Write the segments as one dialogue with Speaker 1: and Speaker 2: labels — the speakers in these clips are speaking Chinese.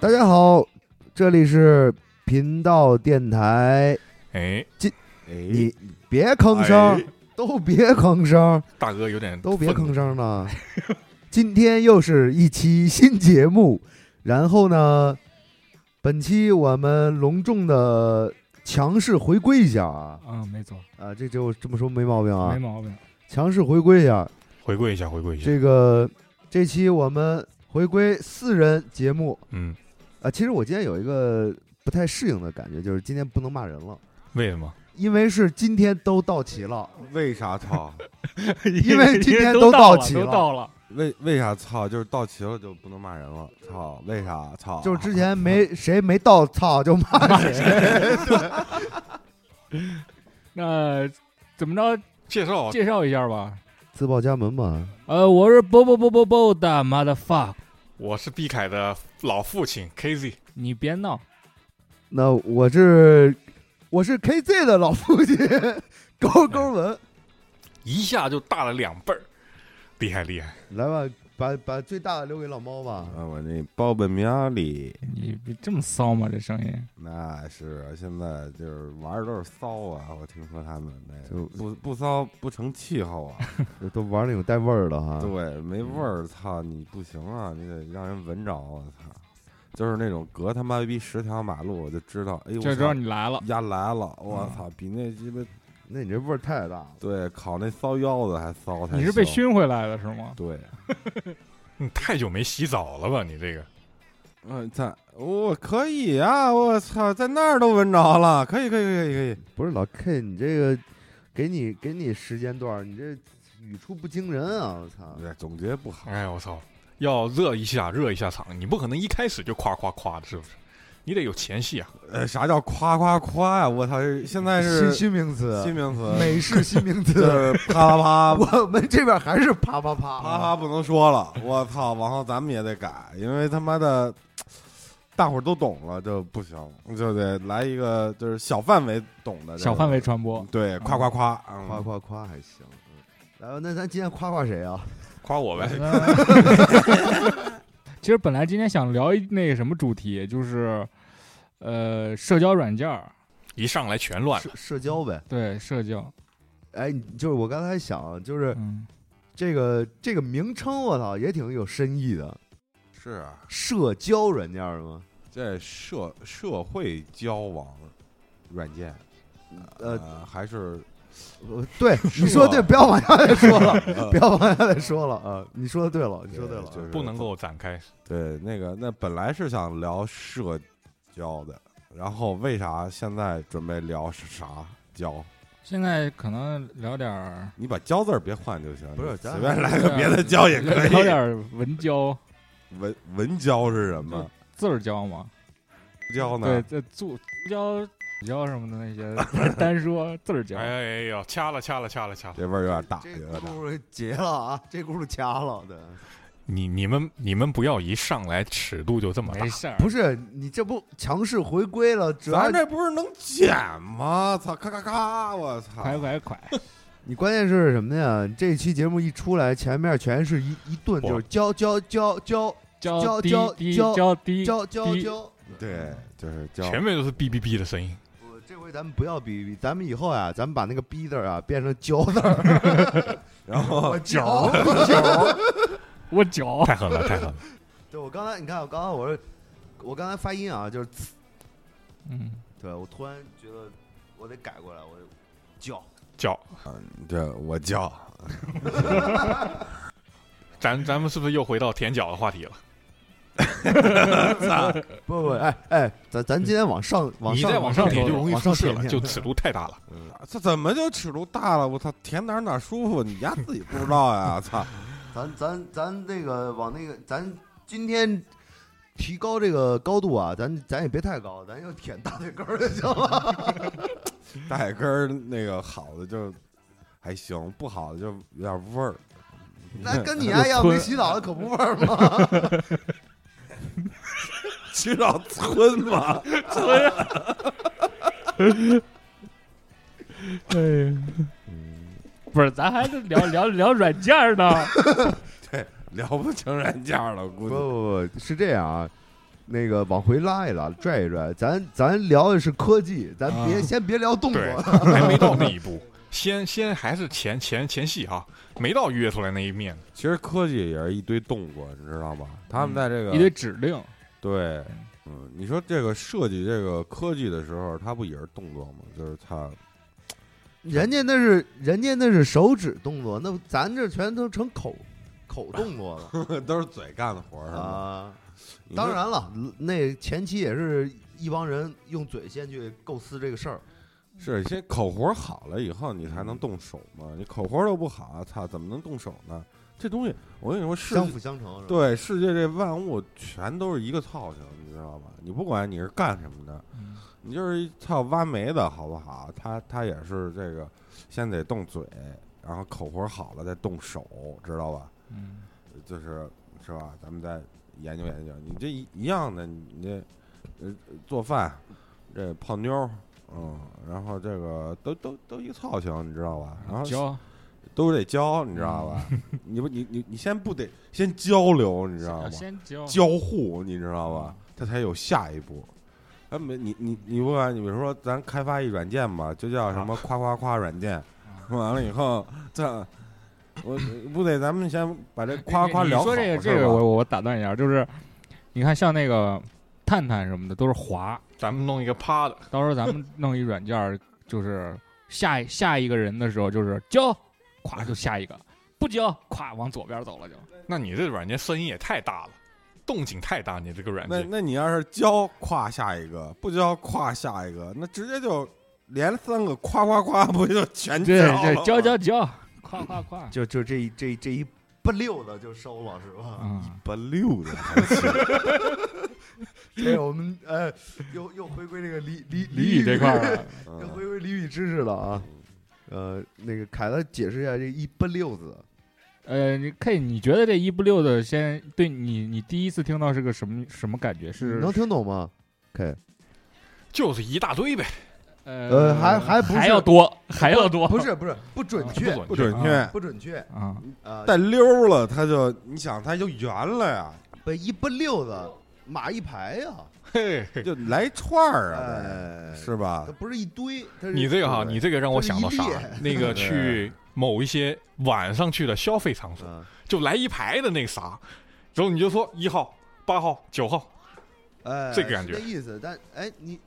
Speaker 1: 大家好，这里是频道电台，
Speaker 2: 哎，
Speaker 1: 你别吭声，都别吭声，
Speaker 2: 大哥有点
Speaker 1: 都别
Speaker 2: 愤
Speaker 1: 吭声了。今天又是一期新节目，然后呢，本期我们隆重的强势回归一下啊
Speaker 3: 啊，没错，
Speaker 1: 啊，这就这么说没毛病啊
Speaker 3: 没，毛病。
Speaker 1: 强势回归一下，
Speaker 2: 回归一下，回归一下。
Speaker 1: 这个这期我们回归四人节目
Speaker 2: 嗯，
Speaker 1: 啊。其实我今天有一个不太适应的感觉，就是今天不能骂人了，
Speaker 2: 为什么？
Speaker 1: 因为是今天都到齐了。
Speaker 4: 为啥操？
Speaker 1: 因为今天都
Speaker 3: 都
Speaker 1: 到
Speaker 3: 了
Speaker 1: 齐
Speaker 3: 都
Speaker 1: 了
Speaker 3: 到了，
Speaker 4: 为为啥操？就是到齐了就不能骂人了，操！为啥操？
Speaker 1: 就是之前没谁没到，操就骂谁。
Speaker 3: 那怎么着？
Speaker 2: 介绍啊
Speaker 3: 介绍一下吧。
Speaker 1: 自报家门嘛，
Speaker 3: 呃，我是波波波波波的 mother fuck，
Speaker 2: 我是毕凯的老父亲 KZ，
Speaker 3: 你别闹，
Speaker 1: 那我是我是 KZ 的老父亲 高高文，
Speaker 2: 一下就大了两辈儿，厉害厉害。
Speaker 1: 来吧，把把最大的留给老猫吧。
Speaker 4: 啊，我那包本喵里
Speaker 3: 你别这么骚吗？这声音，
Speaker 4: 那是现在就是玩的都是骚啊！我听说他们那
Speaker 1: 就
Speaker 4: 不不骚不成气候 啊！
Speaker 1: 都玩那种带味儿的哈，
Speaker 4: 对，没味儿，操你不行啊！你得让人闻着，我操！就是那种隔他妈逼十条马路我就知道，哎呦，
Speaker 3: 就知道你嗯来了。
Speaker 4: 丫来了，我操！比那鸡巴
Speaker 1: 那你这味儿太大了。
Speaker 4: 对烤那骚腰子还骚才行。
Speaker 3: 你是被熏回来的是吗？
Speaker 4: 对。
Speaker 2: 你太久没洗澡了吧？你这个
Speaker 4: 嗯，在我可以啊！我操，在那儿都闻着了，可以，可以，可以，可以。
Speaker 1: 不是老 K，你这个给你给你时间段儿，你这语出不惊人啊！我操，
Speaker 4: 对，总结不好，
Speaker 2: 哎我操，要热一下热一下场，你不可能一开始就夸夸夸的，是不是？你得有前戏啊。
Speaker 4: 呃，啥叫夸夸夸呀、我操，现在
Speaker 1: 新
Speaker 4: 是
Speaker 1: 新名词，
Speaker 4: 新名词，
Speaker 1: 美式新名
Speaker 4: 就
Speaker 1: 词。
Speaker 4: 是啪啪啪，
Speaker 1: 我们这边还是啪啪啊啪
Speaker 4: 啪啪不能说了。我操，往后咱们也得改，因为他妈的，大伙儿都懂了就不行，就得来一个就是小范围懂的，
Speaker 3: 小范围，传播，
Speaker 4: 对，夸夸夸，
Speaker 1: 夸
Speaker 4: 嗯
Speaker 1: 夸夸还行。嗯来吧，那咱今天夸夸谁 啊？
Speaker 2: 夸我呗，
Speaker 3: 其实本来今天想聊一那个什么主题，就是呃社交软件儿，
Speaker 2: 一上来全乱
Speaker 1: 社
Speaker 2: 了。
Speaker 1: 社交呗。
Speaker 3: 对社交，
Speaker 1: 哎，你就是我刚才想，就是
Speaker 3: 嗯，
Speaker 1: 这个这个名称，我操，也挺有深意的。
Speaker 4: 是啊
Speaker 1: 社交软件儿吗？
Speaker 4: 这社社会交往软件，
Speaker 1: 呃，
Speaker 4: 呃，还是
Speaker 1: 呃对，
Speaker 4: 是
Speaker 1: 你说
Speaker 4: 吗
Speaker 1: 对，不要往 下再说了，
Speaker 4: 呃
Speaker 1: 不要往下再说了啊！你说的对了，你说对了
Speaker 4: 就
Speaker 1: 啊。
Speaker 4: 是
Speaker 2: 不能够展开，
Speaker 4: 对那个那本来是想聊社交的，然后为啥现在准备聊是啥交？
Speaker 3: 现在可能聊点儿，
Speaker 4: 你把“交”字儿别换就行，
Speaker 1: 不是啊
Speaker 4: 你
Speaker 1: 咱
Speaker 4: 随便来个 别的“交”也 可
Speaker 3: 啊
Speaker 1: 啊
Speaker 3: 聊点
Speaker 4: 以。
Speaker 3: 儿文交
Speaker 4: 文文交是什么？
Speaker 3: 字儿交嘛。
Speaker 4: 交
Speaker 3: 对，
Speaker 4: 呢？
Speaker 3: 这注胶、胶什么的那 些单说字儿胶
Speaker 2: 哎，哎哎呦，掐了掐了掐了掐了。
Speaker 4: 这味儿有点大，
Speaker 1: 这
Speaker 4: 有点大。
Speaker 1: 轱辘结了啊，这轱辘掐了， 对。
Speaker 2: 你你们你们不要一上来尺度就这么大
Speaker 3: 没，事儿，
Speaker 1: 不
Speaker 3: 是
Speaker 1: 是你这不强势回归了，主要
Speaker 4: 咱这不是能剪吗？操，咔咔咔！我操！
Speaker 3: 快快快，
Speaker 1: 你关键是什么呀？这期节目一出来，前面全是一一顿
Speaker 2: 不
Speaker 1: 就是教教教教胶
Speaker 3: 胶滴
Speaker 1: 胶
Speaker 3: 滴
Speaker 1: 胶
Speaker 3: 胶滴，
Speaker 1: 教教
Speaker 3: 滴
Speaker 1: 教。
Speaker 4: 对，就是交。
Speaker 2: 全部都是哔哔哔的声音。
Speaker 1: 我这回咱们不要比比，咱们以后啊，咱们把那个“逼”字儿啊变成“教”字儿。
Speaker 4: 然后
Speaker 1: 我 教。
Speaker 3: 我
Speaker 1: 哦
Speaker 3: 脚
Speaker 2: 太狠了，太狠了！
Speaker 1: 对，我刚才你看，我刚刚我是我刚才发音啊，就是呲
Speaker 3: 嗯，
Speaker 1: 对我突然觉得我得改过来，我 教。
Speaker 2: 叫
Speaker 4: 这我交，
Speaker 2: 咱咱们是不是又回到舔脚的话题了？
Speaker 1: 不不，哎哎，咱咱今天往上往
Speaker 2: 你
Speaker 1: 上
Speaker 2: 再往上舔就容易
Speaker 1: 往
Speaker 2: 出
Speaker 1: 上
Speaker 2: 事
Speaker 1: 舔
Speaker 2: 了，
Speaker 1: 舔
Speaker 2: 就尺度太 大了。
Speaker 4: 嗯这怎么就尺度大了？我操，舔哪儿哪儿舒服，你丫自己不知道呀！操，
Speaker 1: 咱咱咱那个往那个，咱今天提高这个高度啊，咱咱也别太高，咱就舔大腿根儿就行 了。
Speaker 4: 大海根儿那个好的就还行，不好的就有点味儿。
Speaker 1: 那跟你丫要没洗澡的可不味儿吗？
Speaker 4: 去到村嘛，
Speaker 3: 哎，不是，咱还是聊聊聊软件 儿呢，
Speaker 4: 对，聊不成人家了，
Speaker 1: 不
Speaker 4: 估计。
Speaker 1: 不不，是这样啊，那个往回拉一拉，拽一拽。咱咱聊的是科技，咱别、
Speaker 3: 啊
Speaker 1: 先别聊动作
Speaker 2: 对，，还没到那一步，先先还是前前前戏哈，没到约出来那一面。
Speaker 4: 其实科技也是一堆动作，你知道吧？他们在这个、
Speaker 3: 嗯一堆指令，
Speaker 4: 对，嗯，你说这个设计这个科技的时候，它不也是动作吗？就是它
Speaker 1: 人家那是人家那是手指动作，那咱这全都成口口动作了
Speaker 4: 都是嘴干的活儿，是吧？
Speaker 1: 啊！
Speaker 4: 你说
Speaker 1: 当然了，那前期也是一帮人用嘴先去构思这个事儿，
Speaker 4: 是先口活好了以后，你才能动手嘛。你口活都不好，操，怎么能动手呢？这东西，我跟你说，世
Speaker 1: 相辅相成。是吧，
Speaker 4: 对世界这万物全都是一个操性，你知道吧？你不管你是干什么的，
Speaker 3: 嗯
Speaker 4: 你就是一操挖煤的好不好？他他也是这个，先得动嘴，然后口活好了再动手，知道吧？
Speaker 3: 嗯，
Speaker 4: 就是是吧？咱们再研究研究，你这一一样的，你这呃做饭，这泡妞儿，嗯，然后这个都都都一个操性，你知道吧？然后
Speaker 3: 嗯教
Speaker 4: 都得教，你知道吧？你不你你你先不得先交流，你知道吗？
Speaker 3: 先教
Speaker 4: 交互，你知道吧？
Speaker 3: 嗯
Speaker 4: 它才有下一步。哎，没你你你不管，你比如说咱开发一软件吧，就叫
Speaker 3: 啊
Speaker 4: 什么“夸夸夸”软件， 完了以后这我不得咱们先把这夸夸
Speaker 3: 你
Speaker 4: 聊好，
Speaker 3: 说这个这
Speaker 4: 是
Speaker 3: 个
Speaker 4: 吧
Speaker 3: 我我打断一下，就是你看像那个探探什么的都是滑，
Speaker 2: 咱们弄一个趴的，
Speaker 3: 到时候咱们弄一软件儿，就是下下一个人的时候就是教，咵就下一个，不教咵往左边走了就。
Speaker 2: 那你这软件声音也太大了，动静太大，你这个软
Speaker 4: 那
Speaker 2: 件。
Speaker 4: 那你要是教夸下一个，不教夸下一个，那直接就连三个夸夸夸，不就全
Speaker 3: 对
Speaker 4: 了
Speaker 3: 对
Speaker 4: 吗，
Speaker 3: 教 教教，咵咵咵，
Speaker 1: 就就这一这一这一不溜的就收了，是吧？
Speaker 3: 嗯，
Speaker 4: 不溜的还行，
Speaker 1: 所以我们呃，又又回归这个俚俚
Speaker 3: 俚语这块儿啊，
Speaker 1: 又
Speaker 4: 嗯
Speaker 1: 回归俚语知识了啊。呃，那个凯子解释一下这一不溜子，
Speaker 3: 呃，你 K，你觉得这一不六的先对你，你第一次听到是个什么什么感觉？
Speaker 1: 你
Speaker 3: 是
Speaker 1: 能听懂吗？K，
Speaker 2: 就是一大堆呗，
Speaker 3: 呃
Speaker 1: 呃还还不是
Speaker 3: 还要多，还要多，
Speaker 1: 不是不是不准确，
Speaker 2: 啊不
Speaker 4: 不
Speaker 2: 准
Speaker 4: 准确，
Speaker 1: 不准确
Speaker 3: 啊，
Speaker 1: 啊！
Speaker 4: 带溜了，他就你想他就圆 了呀，
Speaker 1: 不一不溜子码一排呀，
Speaker 2: 确。嘿，
Speaker 4: 就来一串儿啊，
Speaker 1: 哎，
Speaker 4: 是吧
Speaker 1: 它？不是一堆，它是
Speaker 2: 你这个哈，
Speaker 1: 对
Speaker 2: 你这个让我想到啥
Speaker 1: 这是？
Speaker 2: 那 个去某一些晚上去的消费场所，
Speaker 1: 啊
Speaker 2: 就来一排的那个啥，然后你就说一号、八号、九号，
Speaker 1: 哎，
Speaker 2: 这个感觉
Speaker 1: 是这意思。但哎，你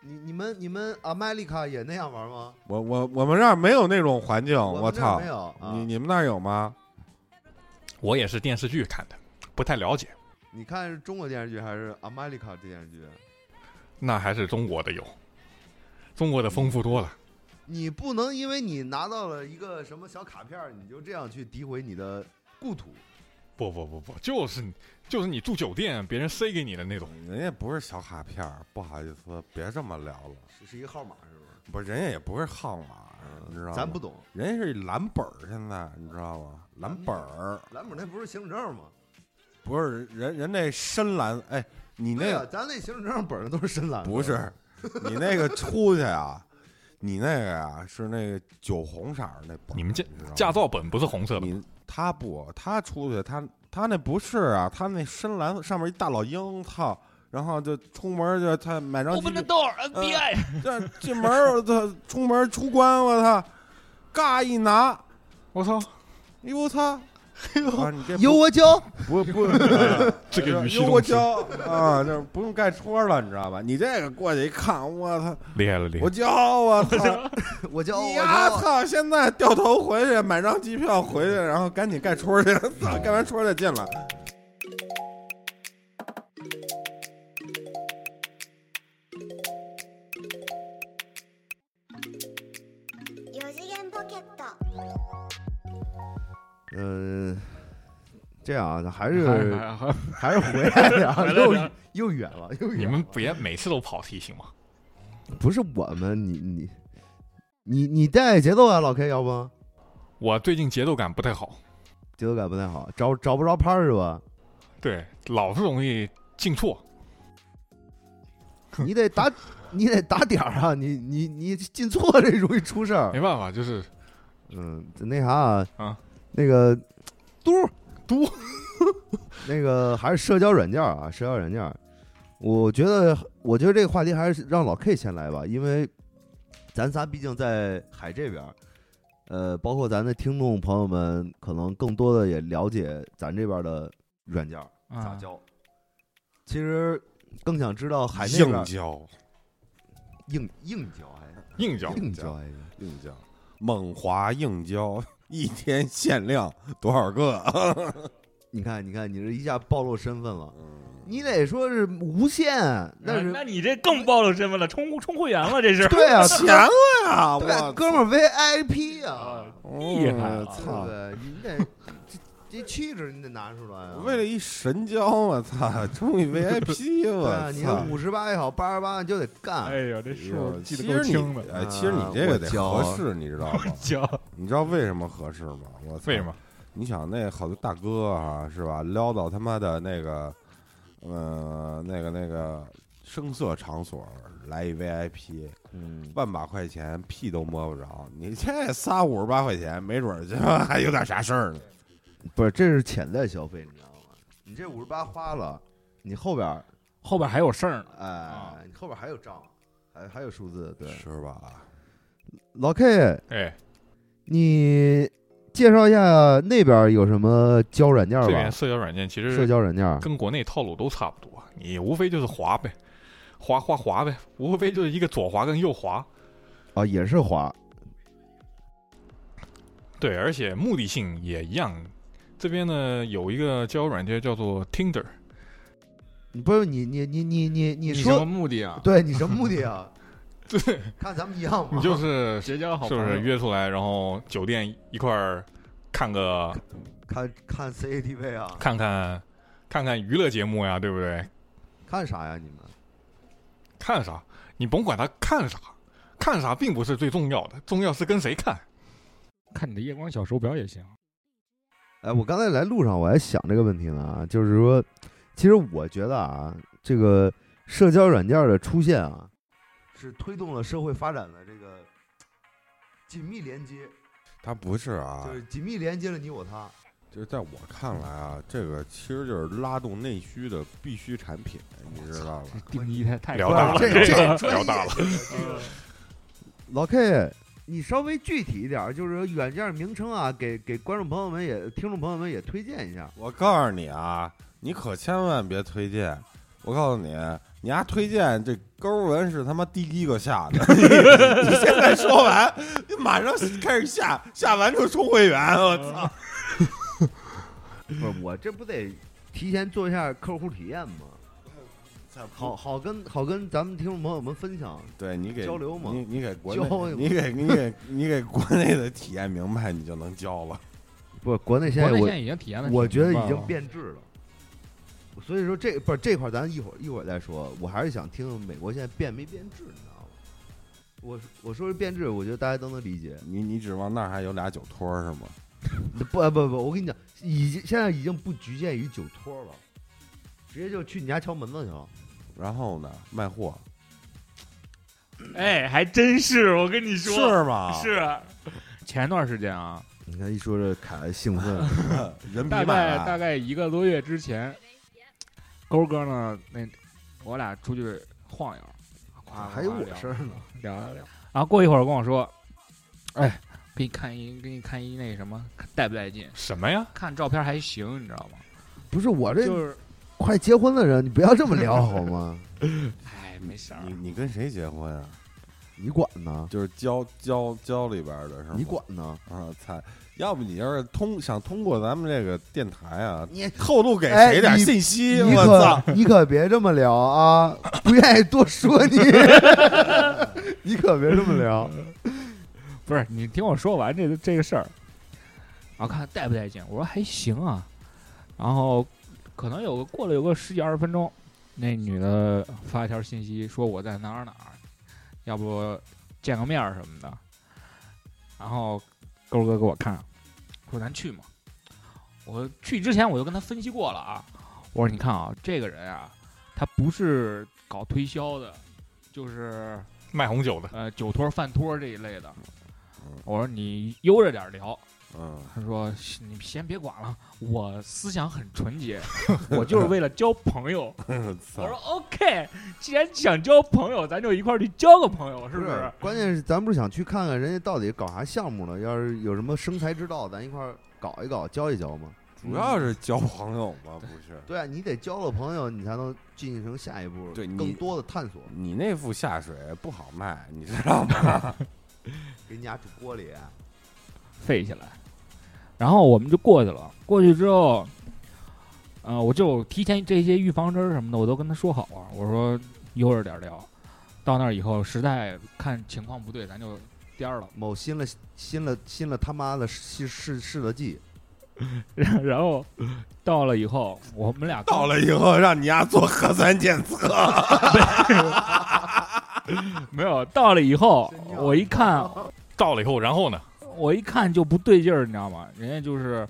Speaker 1: 你你们你们阿麦丽卡也那样玩吗？
Speaker 4: 我我我们这儿没有那种环境，
Speaker 1: 们
Speaker 4: 我
Speaker 1: 这儿
Speaker 4: 操
Speaker 1: 没！有啊！
Speaker 4: 你你们那儿有吗？
Speaker 2: 我也是电视剧看的，不太了解。
Speaker 1: 你看是中国电视剧还是 America 电视剧？
Speaker 2: 那还是中国的有，中国的丰富多了。
Speaker 1: 你不能因为你拿到了一个什么小卡片儿，你就这样去诋毁你的故土。
Speaker 2: 不不不不，就是你就是你住酒店，别人塞给你的那种。
Speaker 4: 人家不是小卡片儿，不好意思，别这么聊了。
Speaker 1: 是是一个号码是吧？
Speaker 4: 不是，人家也不是号码，你知道吗？
Speaker 1: 咱不懂，
Speaker 4: 人家是蓝本儿，现在你知道吗？蓝本儿
Speaker 1: 蓝本那不是行驶证吗？
Speaker 4: 不是人人那深蓝，哎，你那
Speaker 1: 对啊，
Speaker 4: 个
Speaker 1: 咱那行驶证本上都是深蓝的。
Speaker 4: 不是，你那个出去啊，你那个呀是那个酒红色儿那本儿，
Speaker 2: 你们驾
Speaker 4: 知道吗
Speaker 2: 驾照本不是红色的吗，
Speaker 4: 你 他不，他出去，他他那不是啊，他那深蓝上面一大老鹰，操！然后就出门就他买张
Speaker 3: 我
Speaker 4: 机
Speaker 3: 们的
Speaker 4: 票，
Speaker 3: 豆儿 NBA，
Speaker 4: 这进门儿我操，出门出关我操，嘎一拿，
Speaker 2: 我操，
Speaker 4: 哎呦我操！啊，你这不
Speaker 1: 有我教，
Speaker 4: 不不，
Speaker 2: 这个语气
Speaker 4: 有我
Speaker 2: 动词
Speaker 4: 教啊，这不用盖戳了，你知道吧？你这个过去一看，我操，
Speaker 2: 厉害了厉害
Speaker 4: 我
Speaker 2: 了！
Speaker 4: 教我操，
Speaker 1: 我教，我
Speaker 4: 你呀
Speaker 1: 教。
Speaker 4: 操！现在掉头回去买张机票回去，然后赶紧盖戳去， 操，盖完戳再进来。
Speaker 5: 四次元ポケット
Speaker 1: 嗯，这样啊，还
Speaker 3: 还
Speaker 1: 是
Speaker 3: 还还
Speaker 1: 还是回来点儿，
Speaker 3: 回来
Speaker 1: 又
Speaker 3: 点儿
Speaker 1: 又远了，又远了。
Speaker 2: 你们别每次都跑题行吗？
Speaker 1: 不是我们，你你你你带节奏啊，老 K，要不
Speaker 2: 我最近节奏感不太好，
Speaker 1: 节奏感不太好，找找不着拍儿是吧？
Speaker 2: 对，老是容易进错。
Speaker 1: 你得打，你得打点儿啊！你你你进错了，这容易出
Speaker 4: 啊
Speaker 1: 事儿
Speaker 2: 没。办法，就是
Speaker 1: 嗯，那啥啊，
Speaker 2: 哎啊
Speaker 1: 那个
Speaker 2: 嘟嘟，
Speaker 1: 那个还是社交软件儿啊，社交软件儿，我觉得，我觉得这个话题还是让老 K 先来吧，因为咱仨毕竟在海这边儿，呃，包括咱的听众朋友们，可能更多的也了解咱这边的软件儿咋
Speaker 3: 啊
Speaker 1: 教。其实更想知道海那边
Speaker 4: 硬
Speaker 1: 儿
Speaker 4: 胶，
Speaker 1: 硬硬哎教还
Speaker 2: 硬胶
Speaker 1: 是硬教还是
Speaker 4: 硬胶，猛华硬胶， 一天限量多 少个？
Speaker 1: 你看，你看，你这一下暴露身份了，
Speaker 4: 嗯
Speaker 1: 你得说是无限，那是
Speaker 3: 那你这更暴露身份了，充充会员了，这是。
Speaker 1: 对 啊，
Speaker 4: 闲了呀，
Speaker 1: 对啊
Speaker 4: 我
Speaker 1: 哥们儿 VIP 啊，
Speaker 3: 厉害啊
Speaker 1: 对
Speaker 4: 我操
Speaker 1: 不！
Speaker 2: 哦
Speaker 1: 对？你得这这气质你得拿出来啊，
Speaker 4: 为了一神交，我操， 终 于 VIP，
Speaker 1: 对啊，
Speaker 4: 我
Speaker 1: 你
Speaker 4: 操哎
Speaker 1: 看！五十八也好，八十八就得干，
Speaker 3: 哎呦，这
Speaker 1: 哎
Speaker 4: 其实你，哎，其实
Speaker 1: 啊
Speaker 4: 你这个得合适，你 知道吗？
Speaker 3: 行，
Speaker 4: 你知道为什么合适吗？我操
Speaker 2: 为什 么？
Speaker 4: 你想那好多大哥啊，是吧？撩到他妈的那个，呃，那个那个声色场所来一 VIP，
Speaker 1: 嗯，
Speaker 4: 万把块钱屁都摸不着，你这仨五十八块钱，没准儿这 还有点啥事儿呢。
Speaker 1: 不是，这是潜在消费，你知道吗？你这五十八花了，你后边儿，
Speaker 3: 后边还有事儿呢。啊
Speaker 1: 哎，你后边儿还有账，还还有数字，对，
Speaker 4: 是吧？
Speaker 1: 老 K，
Speaker 2: 哎，
Speaker 1: 你介绍一下那边儿有什么交软件儿
Speaker 2: 这
Speaker 1: 吧
Speaker 2: 边？社交软件其实
Speaker 1: 社交软件儿，
Speaker 2: 跟国内套路都差不多，你无非就是滑呗，滑滑滑呗，无非就是一个左滑跟右滑。
Speaker 1: 啊，也是滑，
Speaker 2: 对，而且目的性也一样。这边呢有一个交友软件叫做 Tinder，
Speaker 1: 你不是你你你你你你
Speaker 3: 什么
Speaker 1: 说，
Speaker 3: 目的啊？
Speaker 1: 对你什么目的啊？
Speaker 2: 对，
Speaker 1: 看咱们一样吗？
Speaker 2: 你就是
Speaker 3: 结交好
Speaker 2: 是
Speaker 3: 朋
Speaker 2: 不
Speaker 3: 友
Speaker 2: 是约出来，然后酒店一块儿看个
Speaker 1: 看看 CCTV 啊，
Speaker 2: 看看看看娱乐节目呀，对不对？
Speaker 1: 看啥呀？你们
Speaker 2: 看啥？你甭管他看啥，看啥并不是最重要的，重要是跟谁看。
Speaker 3: 看你的夜光小手表也 行。
Speaker 1: 哎，我刚才来路上我还想这个问题呢啊，就是说，其实我觉得啊，这个社交软件的出现啊，是推动了社会发展的这个紧密连接，
Speaker 4: 他不是啊，
Speaker 1: 就是紧密连接了你我他。
Speaker 4: 就是在我看来啊，这个其实就是拉动内需的必须产品，你知道吧？
Speaker 3: 这定义太太
Speaker 2: 聊
Speaker 3: 宽
Speaker 2: 大了
Speaker 1: 这这
Speaker 2: 这个
Speaker 1: 专
Speaker 2: 聊
Speaker 1: 业
Speaker 2: 大了嗯
Speaker 1: 这个这个老 K，你稍微具体一点儿，就是说软件名称啊，给给观众朋友们也听众朋友们也推荐一下。
Speaker 4: 我告诉你啊，你可千万别推荐。我告诉你，你丫推荐这勾文是他妈第一个下的， 你你现在说完，就马上开始下，下完就充会员，我操！
Speaker 1: 不是我这不得提前做一下客户体验吗？好，好跟好跟咱们听众朋友们分享。
Speaker 4: 对你给
Speaker 1: 交流嘛
Speaker 4: 你你给国
Speaker 1: 交
Speaker 4: 内，
Speaker 1: 流
Speaker 4: 你给你给你给国内的体验明白，你就能交了。
Speaker 1: 不是国内现
Speaker 3: 国
Speaker 1: 在
Speaker 3: 内现
Speaker 1: 我
Speaker 3: 在已嗯经体验的，
Speaker 1: 我觉得已经变质了，所以说这不是这块儿咱一会儿一会儿再说。我还是想听听美国现在变没变质，你知道吗？我我说是变质，我觉得大家都能理解。
Speaker 4: 你你指望那儿还有俩酒托儿是吗？
Speaker 1: 不呃不不，我跟你讲，已经现在已经不局限于酒托了，直接就去你家敲门子去了。
Speaker 4: 然后呢，卖货
Speaker 6: 哎，还真是，我跟你
Speaker 1: 啊
Speaker 6: 说，
Speaker 4: 吗？
Speaker 6: 是啊
Speaker 3: 前段时间啊，
Speaker 1: 你看一说这凯兴奋，
Speaker 4: 人
Speaker 3: 大概
Speaker 4: 民买
Speaker 3: 大概一个多月之前，勾哥呢，那我俩出去晃悠，夸
Speaker 1: 还有我事儿呢。
Speaker 3: 聊聊聊，然后过一会儿跟我说，哎，给你看一给你看一那什么，带不带劲？
Speaker 2: 什么呀？
Speaker 3: 看照片还行，你知道吗？
Speaker 1: 不是我这
Speaker 3: 就是，
Speaker 1: 快结婚的人，你不要这么聊好吗？
Speaker 3: 哎，没事儿，
Speaker 4: 你你跟谁结婚啊？
Speaker 1: 你管呢？
Speaker 4: 就是交交交里边儿的是吗？
Speaker 1: 你管呢？
Speaker 4: 啊！操，要不你要是通想通过咱们这个电台啊，
Speaker 1: 你
Speaker 4: 透露给
Speaker 1: 哎
Speaker 4: 谁点
Speaker 1: 你
Speaker 4: 信息？
Speaker 1: 你
Speaker 4: 我操！
Speaker 1: 可你可别这么聊啊！不愿意多说你， 你可别这么聊。
Speaker 3: 不是你听我说完这个这个事儿，然后看带不带劲，我说还行啊，然后可能有个过了有个十几二十分钟，那女的发一条信息说我在哪儿哪儿，要不见个面儿什么的，然后勾哥给我看，说咱去嘛，我去之前我就跟他分析过了啊，我说你看啊，这个人啊，他不是搞推销的，就是
Speaker 2: 卖红酒的，
Speaker 3: 呃酒托儿饭托儿这一类的
Speaker 4: 嗯。
Speaker 3: 我说你悠着点儿聊，
Speaker 4: 嗯，
Speaker 3: 他说：“你先别管了，我思想很纯洁，我就是为了交朋友。”我说
Speaker 4: 操，
Speaker 3: ：“OK，既然想交朋友，咱就一块儿去交个朋友，是
Speaker 1: 不
Speaker 3: 不是？
Speaker 1: 关键是咱不是想去看看人家到底搞啥项目呢？要是有什么生财之道，咱一块儿搞一搞，交一交嘛。
Speaker 4: 主要是交朋友嘛，不是？
Speaker 1: 对啊，你得交了朋友，你才能进行下一步，
Speaker 4: 对你
Speaker 1: 更多的探索。
Speaker 4: 你那副下水不好卖，你知道吗？
Speaker 1: 给你家煮锅里，啊
Speaker 3: 废起来。”然后我们就过去了。过去之后，呃，我就提前这些预防针儿什么的，我都跟他说好啊。我说悠着点儿聊，到那儿以后实在看情况不对，咱就颠儿了。
Speaker 1: 某新了新了新了他妈的试试试了剂，
Speaker 3: 然然后到了以后，我们俩刚
Speaker 4: 到了以后让你丫做核酸检测，
Speaker 3: 没有？到了以后
Speaker 1: 真要，
Speaker 3: 我一看，
Speaker 2: 到了以后，然后呢？
Speaker 3: 我一看就不对劲儿，你知道吗？人家就是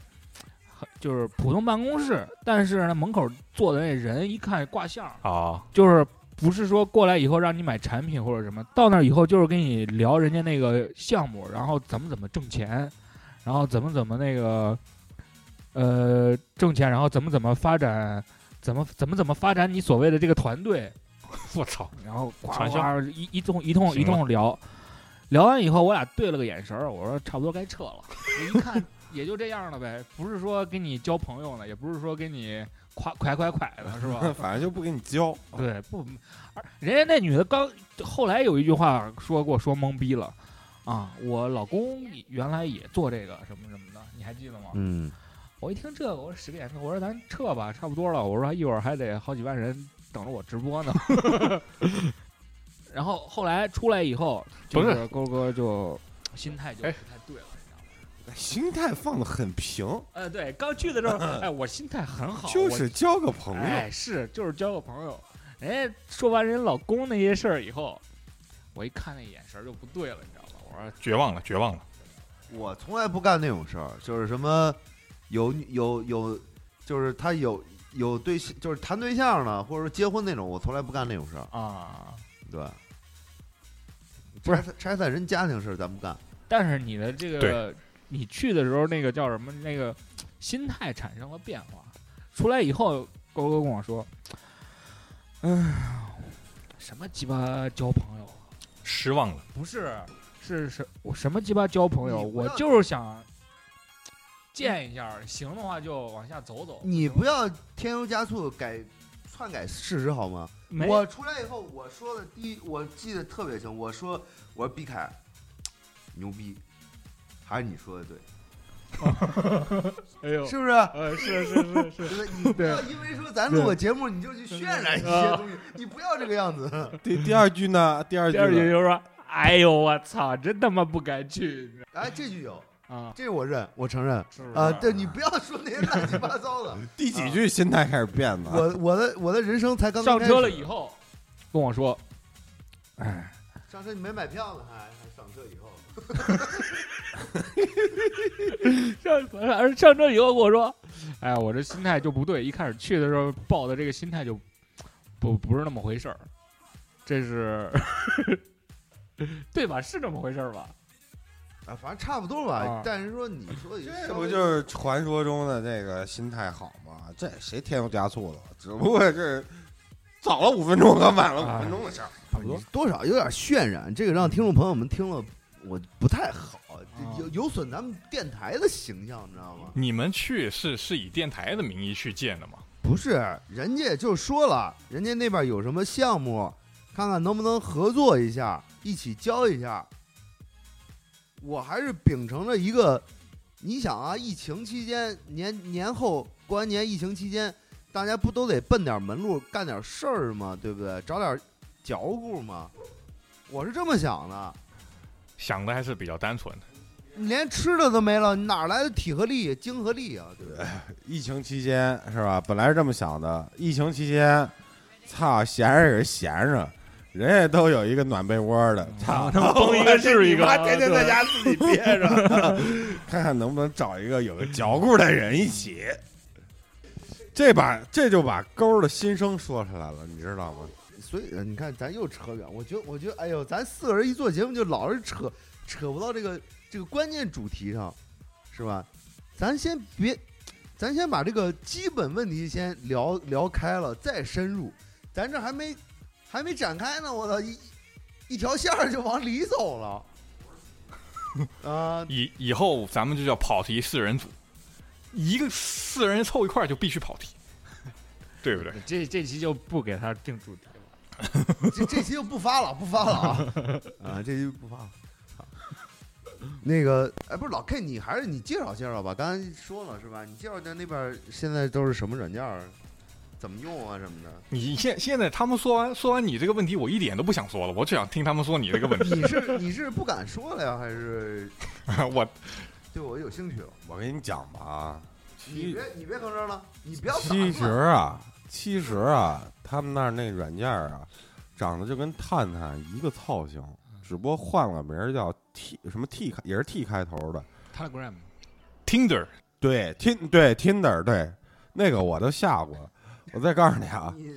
Speaker 3: 就是普通办公室，但是呢，门口坐的那人一看卦象，
Speaker 2: 啊，
Speaker 3: 就是不是说过来以后让你买产品或者什么，到那儿以后就是跟你聊人家那个项目，然后怎么怎么挣钱，然后怎么怎么那个呃挣钱，然后怎么怎么发展，怎么怎么怎么发展你所谓的这个团队，
Speaker 2: 我操，
Speaker 3: 然后呱
Speaker 2: 传销
Speaker 3: 呱一一通一通
Speaker 2: 行
Speaker 3: 一通聊，聊完以后我俩对了个眼神儿，我说差不多该 撤了。我一看 也就这样了呗，不是说跟你交朋友呢，也不是说跟你夸快快快的是 吧？
Speaker 4: 反正就不给你交。
Speaker 3: 对，不，而人家那女的刚后来有一句话说给我说懵逼了啊，我老公原来也做这个什么什么的，你还记得吗？
Speaker 1: 嗯，
Speaker 3: 我一听这个，我说使个眼色，我说咱撤吧，差不多了。我说一会儿还得好几万人等着我直播呢。 然后后来出来以后，就
Speaker 2: 不是
Speaker 3: 是勾哥就心态就不
Speaker 2: 哎
Speaker 3: 太对了，你知道吗？
Speaker 4: 心态放的很平，
Speaker 3: 呃，对，刚去的时候，哎，我心态很好，
Speaker 4: 就
Speaker 3: 我
Speaker 4: 是交个朋友。
Speaker 3: 哎，是就是交个朋友。人家说完人老公那些事儿以后，我一看那眼神儿就不对了，你知道吧？我说
Speaker 2: 绝望了，绝望了。
Speaker 1: 我从来不干那种事儿，就是什么有有有，就是他有有对象，就是谈对象呢，或者说结婚那种，我从来不干那种事儿。
Speaker 3: 啊，
Speaker 1: 对，
Speaker 3: 不
Speaker 1: 拆
Speaker 3: 是
Speaker 1: 散拆散人家庭事儿，咱不干。
Speaker 3: 但是你的这个
Speaker 2: 对，
Speaker 3: 你去的时候那个叫什么那个心态产生了变化，出来以后，勾勾跟我说，嗯，什么鸡巴交朋友啊？
Speaker 2: 失望了，
Speaker 3: 不是，是是，我什么鸡巴交朋友？
Speaker 1: 你不
Speaker 3: 我
Speaker 1: 要
Speaker 3: 就是想见一下，行的话就往下走走。
Speaker 1: 你
Speaker 3: 行
Speaker 1: 不要添油加醋改篡改事实好吗？
Speaker 3: 没
Speaker 1: 我出来以后，我说的第一，我记得特别清，我说我说毕凯牛逼，还是你说的对，
Speaker 3: 哎呦，
Speaker 1: 是不是？
Speaker 3: 呃，是是是是，
Speaker 1: 对不对你不要因为说咱录个节目，你就去渲染一
Speaker 3: 啊
Speaker 1: 些东西，你不要这个样子。
Speaker 4: 第第二句呢？第二
Speaker 3: 第
Speaker 4: 句
Speaker 3: 二句
Speaker 4: 呢
Speaker 3: 就说，哎呦我操，真他妈不该去
Speaker 1: 哎，这句有，
Speaker 3: 啊！
Speaker 1: 这我认，我承认。
Speaker 3: 是不是
Speaker 1: 啊，对你不要说那些乱七八糟 的。
Speaker 4: 第几句心态开始变呢？
Speaker 1: 我我的我的人生才刚刚
Speaker 3: 上车了
Speaker 1: 开始
Speaker 3: 以后跟我说，哎，
Speaker 1: 上车你没买票呢，还还上车以后，
Speaker 3: 上而上车以后跟我说，哎，我这心态就不对，一开始去的时候抱的这个心态就不不是那么回事儿，这是 对吧？是这么回事儿吧？
Speaker 1: 啊，反正差不多吧。
Speaker 3: 啊
Speaker 1: 但是说你说也
Speaker 4: 这
Speaker 1: 稍
Speaker 4: 不
Speaker 1: 微
Speaker 4: 就是传说中的这个心态好吗？这谁添油加醋了？只不过这早了五分钟和晚了五分钟的事儿。
Speaker 3: 差不多
Speaker 1: 你。多少有点渲染，这个让听众朋友们听了我不太好，
Speaker 3: 啊
Speaker 1: 这有有损咱们电台的形象，你知道吗？
Speaker 2: 你们去是是以电台的名义去见的吗？
Speaker 1: 不是，人家就说了，人家那边有什么项目，看看能不能合作一下，一起交一下。我还是秉承着一个，你想啊，疫情期间年年后过完年，疫情期间大家不都得奔点门路，干点事儿吗？对不对？找点嚼顾吗？我是这么想的。
Speaker 2: 想的还是比较单纯的。
Speaker 1: 你连吃的都没了，你哪来的体和力、精和力啊？对不对？
Speaker 4: 疫情期间是吧？本来是这么想的，疫情期间，操，闲着也是闲着，人家都有一个暖被窝的，操，
Speaker 3: 嗯他妈崩一个是 一个
Speaker 4: 我天天在家自己憋 着，看看能不能找一个有个嚼顾的人一起。这把这就把勾儿的心声说出来了，你知道吗？
Speaker 1: 所以呃你看，咱又扯远。我觉得，我觉得，哎呦，咱四个人一做节目就老是扯，扯不到这个这个关键主题上。是吧？咱先别，咱先把这个基本问题先聊聊开了，再深入。咱这还没还没展开呢，我操，一一条线儿就往里走了。 啊，
Speaker 2: 以以后咱们就叫跑题四人组，一个四人凑一块儿就必须跑题，对不 对？
Speaker 3: 这这期就不给他定主题了。
Speaker 1: 这这期就不发了，不发了 啊！啊，这期不发了。那个，哎，不是老 K，你还是你介绍介绍吧。刚才说了是吧？你介绍介绍那边儿现在都是什么软件儿，怎么用啊什么的。
Speaker 2: 你现现在他们说完说完你这个问题，我一点都不想说了，我只想听他们说你这个问 题。
Speaker 1: 你是你是不敢说了呀，还是
Speaker 2: 我
Speaker 1: 对我有兴趣了？
Speaker 4: 我跟你讲吧啊，
Speaker 1: 你
Speaker 4: 七
Speaker 1: 别你别吭声了，你 不要打
Speaker 4: 其实
Speaker 1: 断
Speaker 4: 啊，其实啊，他们那儿那软件儿啊，长得就跟探探一个造型，只不过换了名儿叫 T 什么 T 开也是 T 开头的。
Speaker 3: Telegram
Speaker 2: Tinder
Speaker 4: 对，Tin 对 Tinder 对，那个我都下过。我再告诉你啊，
Speaker 1: 你，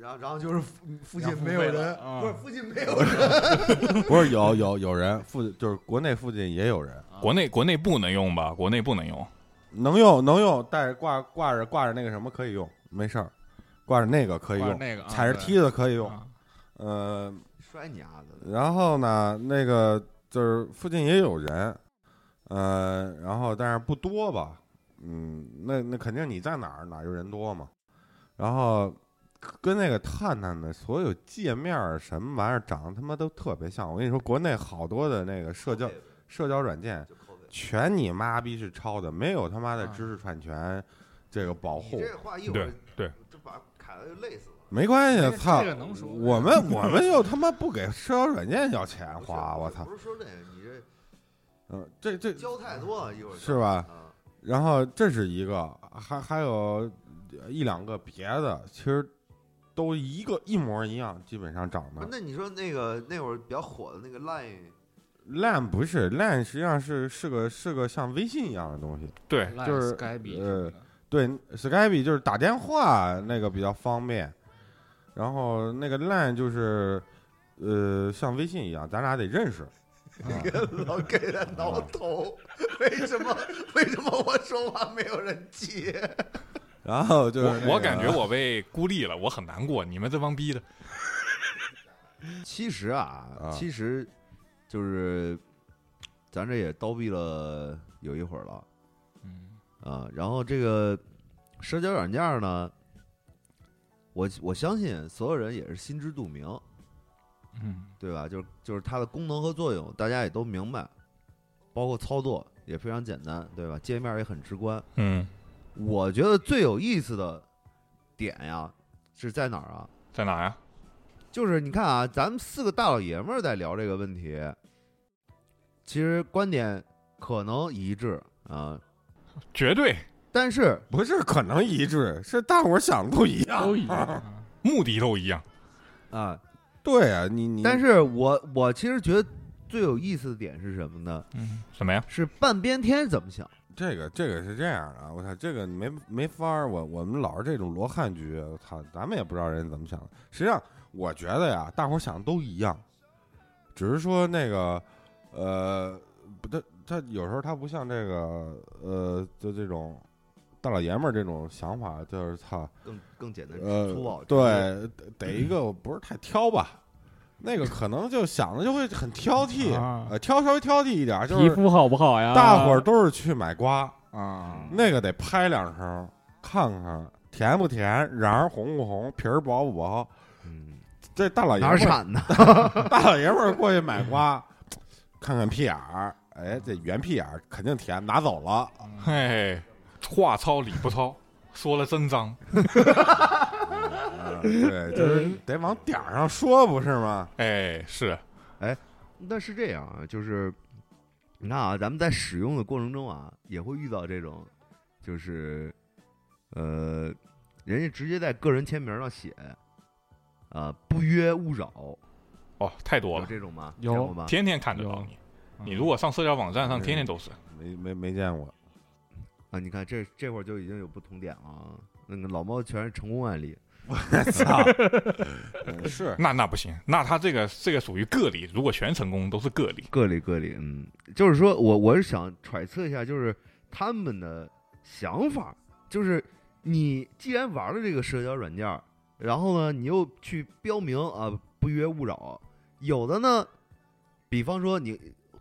Speaker 1: 然后然后就是附附近
Speaker 3: 要付
Speaker 1: 没有
Speaker 3: 费了
Speaker 1: 人，
Speaker 3: 啊
Speaker 1: 不是附近没有人，
Speaker 4: 不是有有有人附就是国内附近也有人
Speaker 2: 国内国内不能用吧？国内不能用。
Speaker 4: 能用能用，但是挂挂着挂着那个什么可以用，没事儿，挂着那个可以
Speaker 3: 挂着
Speaker 4: 用，
Speaker 3: 那个啊
Speaker 4: 哎踩着梯子可以用，
Speaker 3: 啊
Speaker 4: 呃，
Speaker 1: 摔你丫的！
Speaker 4: 然后呢，那个就是附近也有人，呃，然后但是不多吧，嗯，那那肯定你在哪儿哪儿就人多嘛。然后跟那个探探的所有界面儿什么玩意儿长得他妈都特别像。我跟你说，国内好多的那个社交社交软件，
Speaker 1: 就扣背
Speaker 4: 全你妈逼是抄的，没有他妈的
Speaker 3: 啊
Speaker 4: 知识产权这个保
Speaker 1: 你
Speaker 4: 护。
Speaker 1: 这话一会儿
Speaker 2: 对对，
Speaker 1: 就把凯子就累死了。
Speaker 4: 没关
Speaker 3: 这
Speaker 4: 系，
Speaker 3: 个
Speaker 4: 操
Speaker 3: 这！个能说？
Speaker 4: 我们我们就他妈不给社交软件要钱花，我操！
Speaker 1: 不是说 这个，你这
Speaker 4: 嗯，这这
Speaker 1: 教太多了，一会儿
Speaker 4: 是吧？
Speaker 1: 啊，
Speaker 4: 然后这是一个，还还有一两个别的，其实都一个一模一样，基本上长
Speaker 1: 不是
Speaker 4: 得。
Speaker 1: 那你说那个那会儿比较火的那个 Line，
Speaker 4: 烂不是烂，实际上是是个是个像微信一样的东西。
Speaker 2: 对，
Speaker 4: 就是
Speaker 3: Skype
Speaker 4: 呃对，Skype 就是打电话那个比较方便，然后那个烂就是呃像微信一样，咱俩得认识。啊
Speaker 1: 老给他挠头，为什么为什么我说话没有人接？
Speaker 4: 然后就是那
Speaker 2: 我我
Speaker 4: 个
Speaker 2: 感觉我被孤立了，我很难过。你们这帮逼的，
Speaker 1: 其实啊
Speaker 4: 啊，
Speaker 1: 其实就是咱这也叨逼了有一会儿了
Speaker 3: 嗯，
Speaker 1: 啊，然后这个社交软件呢。我我相信所有人也是心知肚明，
Speaker 3: 嗯，
Speaker 1: 对吧？就是就是它的功能和作用，大家也都明白，包括操作也非常简单，对吧？界面也很直观。
Speaker 2: 嗯，
Speaker 1: 我觉得最有意思的点呀是在哪儿啊？
Speaker 2: 在哪呀？
Speaker 1: 就是你看啊，咱们四个大老爷们儿在聊这个问题，其实观点可能一致啊、
Speaker 2: 绝对
Speaker 1: 但是
Speaker 4: 不是可能一致，是大伙儿想的不一样。
Speaker 3: 都一样啊。
Speaker 2: 目的都一样。
Speaker 1: 啊、
Speaker 4: 对啊，你你
Speaker 1: 但是我我其实觉得最有意思的点是什么呢？
Speaker 4: 哎
Speaker 2: 嗯，什么呀？
Speaker 1: 是半边天怎么想？
Speaker 4: 这个这个是这样的啊，我操，这个没没法儿，我我们老是这种罗汉局，我操，咱们也不知道人怎么想的。实际上，我觉得呀，大伙儿想的都一样，只是说那个，呃，不，他他有时候他不像这个，呃，就这种大老爷们儿这种想法，就是操，
Speaker 1: 更更简单
Speaker 4: 呃
Speaker 1: 粗暴，，
Speaker 4: 对，得得一个不是太挑吧，那个可能就想的就会很挑剔，
Speaker 3: 啊
Speaker 4: 呃，挑稍微挑剔一点儿，就
Speaker 3: 皮
Speaker 4: 是
Speaker 3: 肤好不好
Speaker 1: 啊
Speaker 3: 呀？
Speaker 4: 大伙儿都是去买瓜。
Speaker 3: 啊，
Speaker 4: 那个得拍两声，看看甜不甜，瓤儿红不红，皮儿薄不薄。
Speaker 1: 嗯，
Speaker 4: 这大老爷
Speaker 1: 哪儿
Speaker 4: 们儿，
Speaker 1: 产的？
Speaker 4: 大老爷们儿过去买瓜， 看看屁眼儿，哎，这圆屁眼儿肯定甜，拿走了。
Speaker 2: 嘿，话糙理不糙，说了真脏。
Speaker 4: 嗯对，就是得往点儿上说，不是吗？
Speaker 2: 哎，是
Speaker 1: 那是这样啊，就是你看啊，咱们在使用的过程中啊，也会遇到这种，就是呃，人家直接在个人签名上写啊、不约勿扰，
Speaker 2: 哦，太多
Speaker 1: 有
Speaker 2: 了，
Speaker 1: 这种吗？
Speaker 3: 有
Speaker 1: 见过吗？
Speaker 2: 天天看得到你。
Speaker 3: 嗯
Speaker 2: 你如果上社交网站上，天天都是。
Speaker 4: 没没没见过，
Speaker 1: 啊，你看这这会儿就已经有不同点了啊。那个老猫全是成功案例，
Speaker 4: 操， 嗯是
Speaker 2: 那那不行，那他这个这个属于个例，如果全成功都是个例。
Speaker 1: 个例个例，嗯，就是说我我是想揣测一下，就是他们的想法，就是你既然玩了这个社交软件儿，然后呢，你又去标明啊不约勿扰，有的呢，比方说你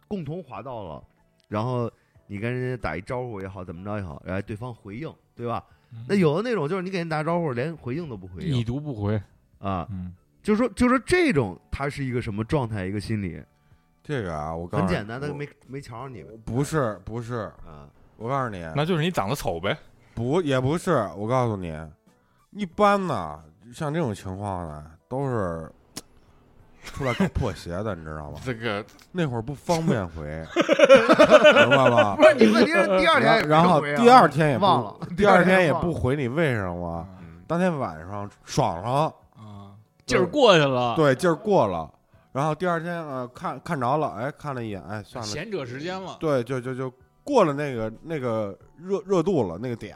Speaker 1: 共同滑到了，然后你跟人家打一招呼也好，怎么着也好，然后对方回应，对吧？那有的那种就是你给人打招呼连回应都不回
Speaker 3: 已
Speaker 1: 应
Speaker 3: 读不回，
Speaker 1: 啊，
Speaker 3: 嗯，
Speaker 1: 就说就说这种他是一个什么状态，一个心理，
Speaker 4: 这个啊，我告诉
Speaker 1: 很
Speaker 4: 你，
Speaker 1: 简单，
Speaker 4: 我
Speaker 1: 他没没瞧上你们
Speaker 4: 不是不是，
Speaker 1: 啊，
Speaker 4: 我告诉你，
Speaker 2: 那就是你长得丑呗。
Speaker 4: 不也不是，我告诉你，一般呢，像这种情况呢，都是出来搞破鞋的，你知道吗？
Speaker 2: 这个
Speaker 4: 那会儿不方便回， 明白吧？
Speaker 1: 不是你问题 是第二天，
Speaker 4: 然后第二天也不
Speaker 1: 啊忘了，
Speaker 4: 第二天也
Speaker 1: 忘
Speaker 4: 不
Speaker 1: 了嗯
Speaker 4: 回你，为什么？当天晚上爽上，
Speaker 3: 啊，劲儿过去了，
Speaker 4: 对劲儿过了，然后第二天呃看看着了，哎看了一眼，哎算了，
Speaker 3: 贤者时间了，
Speaker 4: 对，就就就过了那个那个热热度了，那个点，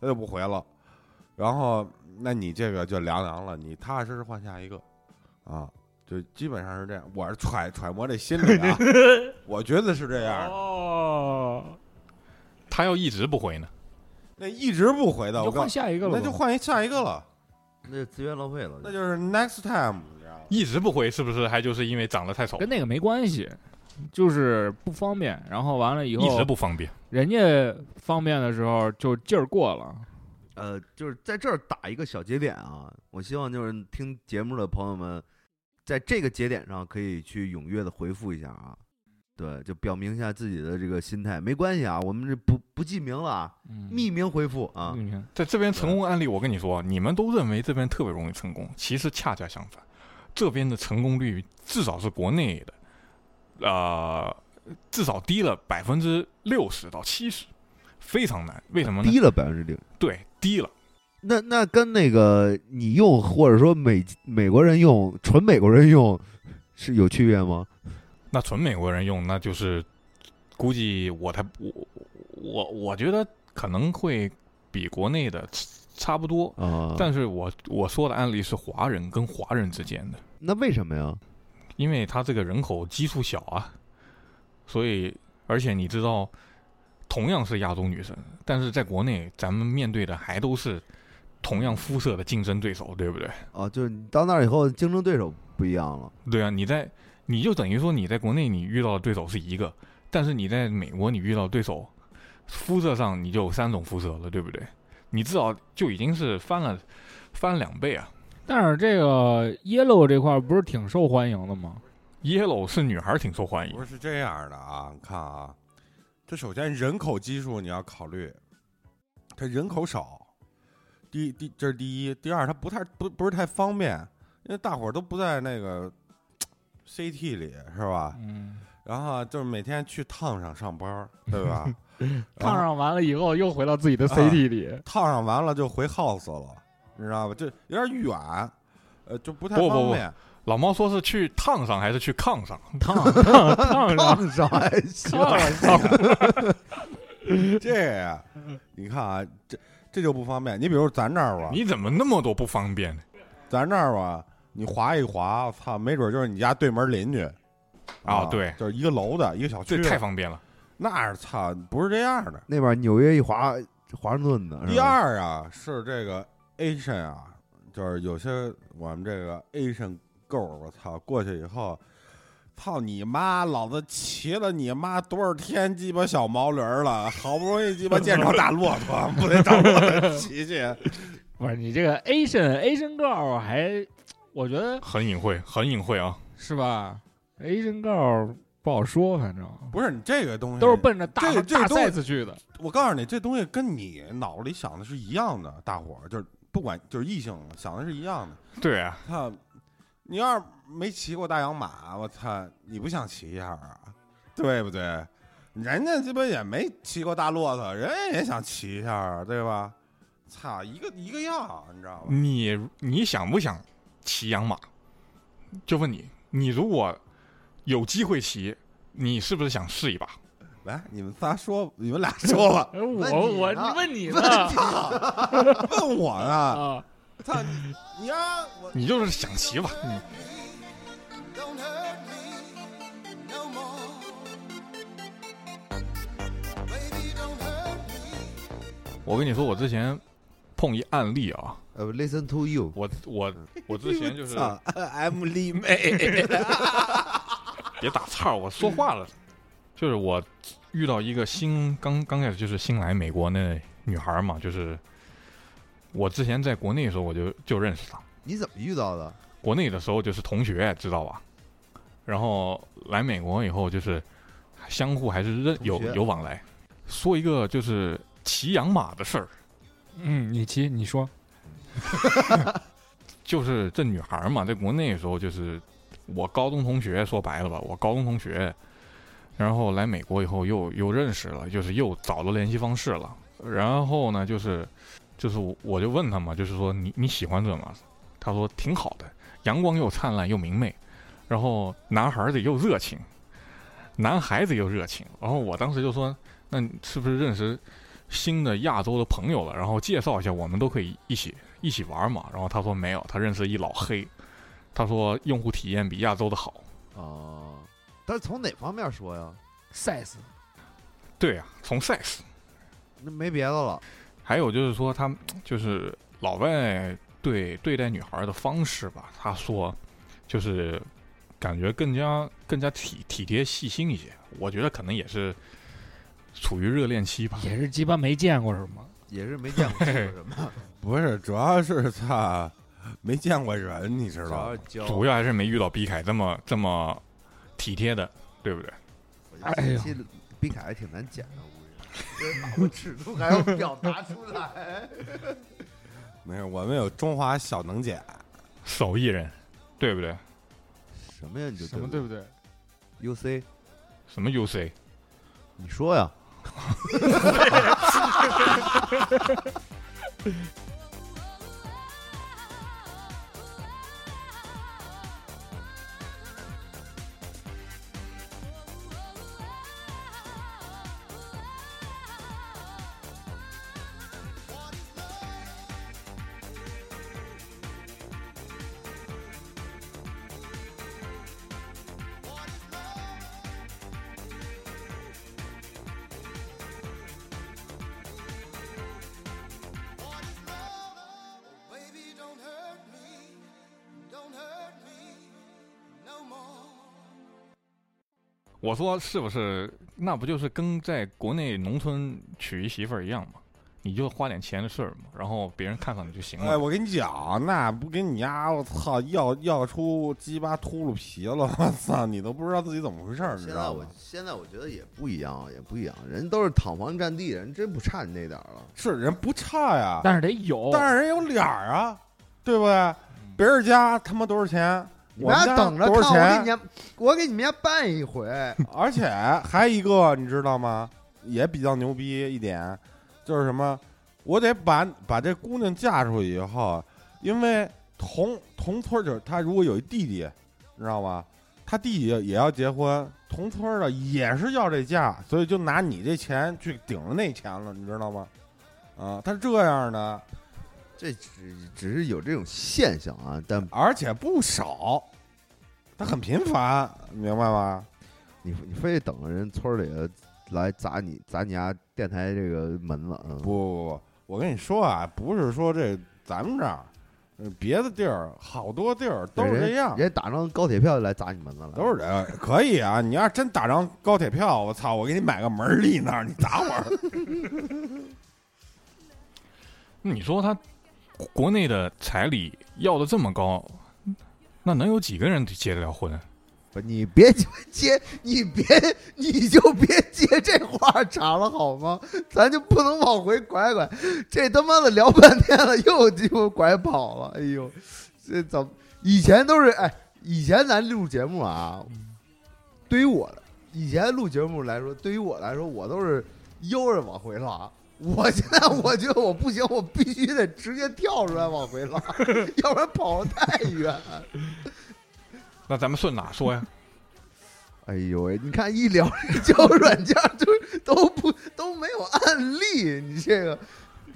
Speaker 4: 他就不回了。然后那你这个就凉凉了，你踏踏实实换下一个，啊，就基本上是这样。我是揣揣摩这心理 啊，我觉得是这样的。
Speaker 3: 哦，
Speaker 2: 他要一直不回呢，
Speaker 4: 那一直不回的，
Speaker 3: 你
Speaker 4: 呃我
Speaker 3: 就
Speaker 4: 告
Speaker 3: 换下一个了吧，
Speaker 4: 那就换一下一个了，
Speaker 1: 那资源浪费了，
Speaker 4: 那就是 next time，你知道吗？
Speaker 2: 一直不回是不是还就是因为长得太丑，
Speaker 3: 跟那个没关系，就是不方便。然后完了以
Speaker 2: 一直
Speaker 3: 后，
Speaker 2: 不方便？
Speaker 3: 人家方便的时候就劲儿过了，
Speaker 1: 呃，就是在这儿打一个小节点啊，我希望就是听节目的朋友们，在这个节点上可以去踊跃的回复一下啊，对，就表明一下自己的这个心态，没关系啊，我们这不不记名了啊，
Speaker 3: 密
Speaker 1: 匿名回复啊，
Speaker 3: 嗯密
Speaker 2: 在这边成功案例，我跟你说，你们都认为这边特别容易成功，其实恰恰相反，这边的成功率至少是国内的，呃，至少低了百分之六十到七十，非常难。为什么呢？
Speaker 1: 低了百分之零。
Speaker 2: 对，低了。
Speaker 1: 那那跟那个你用或者说美美国人用纯美国人用是有区别吗？
Speaker 2: 那纯美国人用，那就是估计我才我我我觉得可能会比国内的差不多，
Speaker 1: 啊、
Speaker 2: 但是我我说的案例是华人跟华人之间的。
Speaker 1: 那为什么呀？
Speaker 2: 因为它这个人口基数小啊，所以而且你知道，同样是亚洲女生，但是在国内咱们面对的还都是同样肤色的竞争对手，对不对？
Speaker 1: 啊，就是你到那儿以后竞争对手不一样了，
Speaker 2: 对啊，你在你就等于说你在国内你遇到的对手是一个，但是你在美国你遇到的对手肤色上你就有三种肤色了，对不对？你至少就已经是翻了翻两倍啊。
Speaker 3: 但是这个 yellow 这块儿不是挺受欢迎的吗？
Speaker 2: Yellow 是女孩儿挺受欢迎
Speaker 4: 不，是这样的啊，你看啊，这首先人口基数你要考虑，它人口少，第第这是第一，第二它不太不不是太方便，因为大伙儿都不在那个 CT 里是吧？
Speaker 3: 嗯，
Speaker 4: 然后啊就是每天去烫上上班儿，对吧？然
Speaker 3: 烫
Speaker 4: 后
Speaker 3: 上完了以后又回到自己
Speaker 4: 啊
Speaker 3: 的 CD 里，
Speaker 4: 烫上完了就回 house 了，你知道吧？就有点远，呃，就不太
Speaker 2: 不不
Speaker 4: 方
Speaker 2: 不
Speaker 4: 便。
Speaker 2: 老猫说是去烫上还是去啊炕上？
Speaker 3: 烫烫烫上。
Speaker 1: 上还行
Speaker 3: 烫上，
Speaker 4: 这呀，你看啊，这这就不方便。你比如咱这儿吧，
Speaker 2: 你怎么那么多不方便呢？
Speaker 4: 咱这儿吧，你划一划，我操，没准就是你家对门邻居。
Speaker 2: 啊对
Speaker 4: 就是一个楼的一个小区
Speaker 2: 这
Speaker 4: 的，
Speaker 2: 太方便了。
Speaker 4: 那是操，不是这样的。
Speaker 1: 那边纽约一华华盛顿的，
Speaker 3: 哎
Speaker 1: 是吧
Speaker 4: 第，二啊，是这个 Asian 啊，就是有些我们这个 Asian girl，我操，过去以后，操你妈，老子骑了你妈多少天鸡巴小毛驴儿了，好不容易鸡巴见着大骆驼，不得找骆驼骑去。
Speaker 3: 不是你这个 Asian Asian girl 还，我觉得
Speaker 2: 很隐晦，很隐晦啊！
Speaker 3: 是吧？Asian girl 不好说，反正
Speaker 4: 不是你这个东西
Speaker 3: 都是奔着大
Speaker 4: 嗯这个这个
Speaker 3: 大
Speaker 4: 东西
Speaker 3: size 去的。，
Speaker 4: 我告诉你，这东西跟你脑子里想的是一样的，大伙儿就是不管就是异性想的是一样的。
Speaker 2: 对啊，
Speaker 4: 操，你要是没骑过大洋马，我操，你不想骑一下啊？对不对？人家这边也没骑过大骆驼，人家也想骑一下啊，对吧？操，一个一个样，你知道吧？
Speaker 2: 你你想不想骑养马？就问你，你如果有机会骑，你是不是想试一把？
Speaker 4: 来，你们仨说，你们俩说吧
Speaker 3: 哎，我
Speaker 1: 问你
Speaker 3: 我
Speaker 1: 呢
Speaker 3: 你问你呢
Speaker 4: 问我呢？
Speaker 3: 啊？
Speaker 4: 操，你你让我
Speaker 2: 你就是想骑吧？你
Speaker 7: Don't hurt me no more. Baby, don't hurt
Speaker 2: 我跟你说，我之前碰一案例啊，
Speaker 1: 呃，listen to you，
Speaker 2: 我我我之前就是
Speaker 1: 啊
Speaker 2: 哎
Speaker 1: ，M 丽妹，
Speaker 2: 别打岔，我说话了。就是我遇到一个新刚刚开始就是新来美国那女孩嘛，就是我之前在国内的时候我就就认识她，
Speaker 1: 你怎么遇到的？
Speaker 2: 国内的时候就是同学，知道吧？然后来美国以后就是相互还是认有
Speaker 1: 同学
Speaker 2: 有往来。说一个就是骑养马的事儿，
Speaker 3: 嗯，你骑，你说，
Speaker 2: 就是这女孩儿嘛，在国内的时候就是我高中同学，说白了吧，我高中同学，然后来美国以后又又认识了，就是又找了联系方式了。然后呢，就是就是我我就问他嘛，就是说你你喜欢这吗？他说挺好的，阳光又灿烂又明媚，然后男孩子又热情，男孩子又热情。然后我当时就说，那你是不是认识新的亚洲的朋友了？然后介绍一下，我们都可以一起一起玩嘛。然后他说没有，他认识一老黑，他说用户体验比亚洲的好。
Speaker 1: 哦，但是从哪方面说呀？
Speaker 3: size
Speaker 2: 对啊，从 size，
Speaker 1: 那没别的了，
Speaker 2: 还有就是说他就是老外对对待女孩的方式吧，他说就是感觉更加更加体体贴细心一些。我觉得可能也是处于热恋期吧。
Speaker 3: 也是鸡巴没见过是吗？
Speaker 1: 也是没见过吃过什么，
Speaker 4: 不是，主要是他 没见过人，你知
Speaker 1: 主
Speaker 4: 道
Speaker 1: 要
Speaker 4: 吗
Speaker 1: 是？教。
Speaker 2: 主要还是没遇到毕凯这么这么体贴的，对不对？
Speaker 1: 我觉得这期毕凯还挺难剪的，估计。 把我尺度还要表达出来，
Speaker 4: 没有，我们有中华小能姐，
Speaker 2: 手艺人，对不对？
Speaker 1: 什么呀？你就
Speaker 3: 什么对不对？
Speaker 1: U C，
Speaker 2: 什么 UC？
Speaker 1: 你说呀？
Speaker 7: Baby, don't hurt me. Don't hurt me no more.
Speaker 2: 我说是不是？那不就是跟在国内农村娶一媳妇儿一样吗？你就花点钱的事儿嘛，然后别人看上你就行
Speaker 1: 嗯
Speaker 4: 哎，
Speaker 2: 了。
Speaker 4: 我跟你讲，那不跟你丫，我操，要要出鸡巴秃噜皮了，我操，你都不知道自己怎么回事儿，你
Speaker 1: 现
Speaker 4: 知
Speaker 1: 在
Speaker 4: 道啊
Speaker 1: 我
Speaker 4: 吗？
Speaker 1: 现在我觉得也不一样，也不一样，人都是躺房占地，人真不差你那点儿了。
Speaker 4: 是人不差呀，
Speaker 3: 但是得有，
Speaker 4: 但是人有脸儿啊，对不对？别人家他妈多少钱，
Speaker 1: 嗯你
Speaker 4: 我
Speaker 1: 们
Speaker 4: 们
Speaker 1: 俩
Speaker 4: 家
Speaker 1: 等着
Speaker 4: 多少
Speaker 1: 看，我给你
Speaker 4: 钱
Speaker 1: 们，家，我给你们家办一回。
Speaker 4: 而且还一个，你知道吗？也比较牛逼一点，就是什么，我得把把这姑娘嫁出去以后，因为同同村儿就是他如果有一弟弟，你知道吗？他弟弟也要结婚，同村儿的也是要这价，所以就拿你这钱去顶着那钱了，你知道吗？啊，他是这样的，
Speaker 1: 这只只是有这种现象啊，但
Speaker 4: 而且不少，他很频繁，明白吗？
Speaker 1: 你你非得等着人村儿里的来砸你砸你家电台这个门了，嗯，
Speaker 4: 不不不，我跟你说啊，不是说这咱们这儿，呃别的地儿好多地儿都是
Speaker 1: 人
Speaker 4: 这样，
Speaker 1: 人打张高铁票就来砸你门子了，
Speaker 4: 都是这样。可以啊，你要真打张高铁票，我操，我给你买个门儿立那儿，你打我。
Speaker 2: 你说他国内的彩礼要的这么高，那能有几个人结得了婚？啊
Speaker 1: 不你别接，你别你就别接这话茬了好吗？咱就不能往回拐拐，这他妈的聊半天了，又鸡巴拐跑了，哎呦，这怎么？以前都是哎，以前咱录节目啊，对于我的以前录节目来说，对于我来说，我都是悠着往回拉。我现在我觉得我不行，我必须得直接跳出来往回拉， 要不然跑得太远。
Speaker 2: 那咱们顺哪说呀？
Speaker 1: 哎呦喂，你看一聊这交友软件儿，就是都不都没有案例，你这个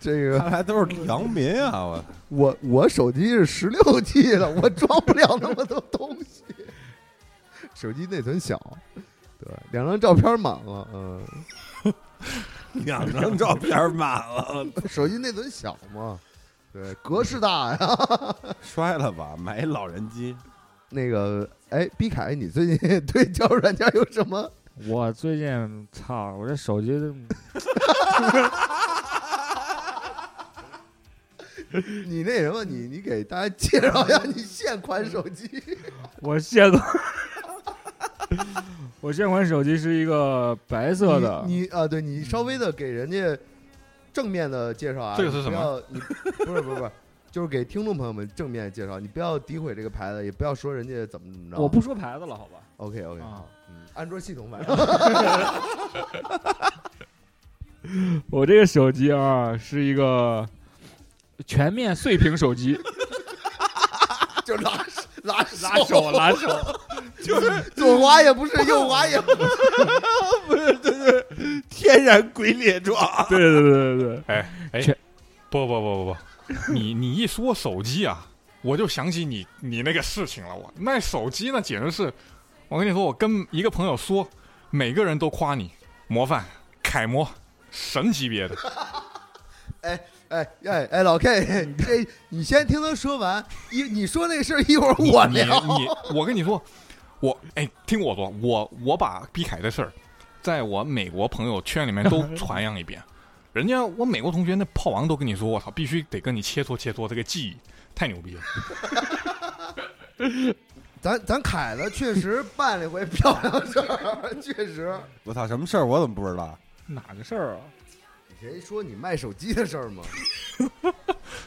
Speaker 1: 这 个，
Speaker 4: 看来都是良民啊，我操
Speaker 1: 我我手机是十六 G 的，我装不了那么多东西， 手机内存小，对，两张照片满了，嗯，
Speaker 4: 两张照片满了，
Speaker 1: 手机内存小嘛，对，格式大呀。
Speaker 4: 摔了吧，买一老人机。
Speaker 1: 那个，哎，毕凯，你最近对交友软件有什么？
Speaker 3: 我最近操，我这手机
Speaker 1: 你那什么，你你给大家介绍一下你现款手机。
Speaker 3: 我现款， 我现款手机是一个白色的，
Speaker 1: 你你啊，对你稍微的给人家正面的介绍啊。
Speaker 2: 这个是什么
Speaker 1: 你不要？你不是不是不是，就是给听众朋友们正面介绍，你不要诋毁这个牌子，也不要说人家怎么怎么着。
Speaker 3: 我不说牌子了，好吧？
Speaker 1: OK OK，、
Speaker 3: 啊，
Speaker 1: 嗯，安卓系统反 正
Speaker 3: 我这个手机啊是一个全面碎屏手 机，
Speaker 1: 就拉拉
Speaker 3: 拉手拉手，
Speaker 1: 左滑也 不是，右滑也不是。
Speaker 4: 天然鬼脸状，
Speaker 3: 对对对对对，
Speaker 2: 哎哎
Speaker 3: 全，
Speaker 2: 不不不不不，你你一说手机啊，我就想起你你那个事情了。我那手机呢，简直是，我跟你说，我跟一个朋友说，每个人都夸你模范、楷模、神级别的。
Speaker 1: 哎哎哎，老 K，你这你先听他说完，一你说那事儿一会儿我
Speaker 2: 你
Speaker 1: 聊。
Speaker 2: 你我跟你说，我哎，听我说，我我把毕凯的事儿，在我美国朋友圈里面 都传扬一遍。人家我美国同学那炮王都跟你说，我操，必须得跟你切磋切磋这个技艺，太牛逼了。
Speaker 1: 咱咱凯子确实办了一回漂亮事儿， 确实。
Speaker 4: 我操，什么事儿我怎么不知道？
Speaker 3: 哪个事儿啊？
Speaker 1: 你谁说你卖手机的事儿吗？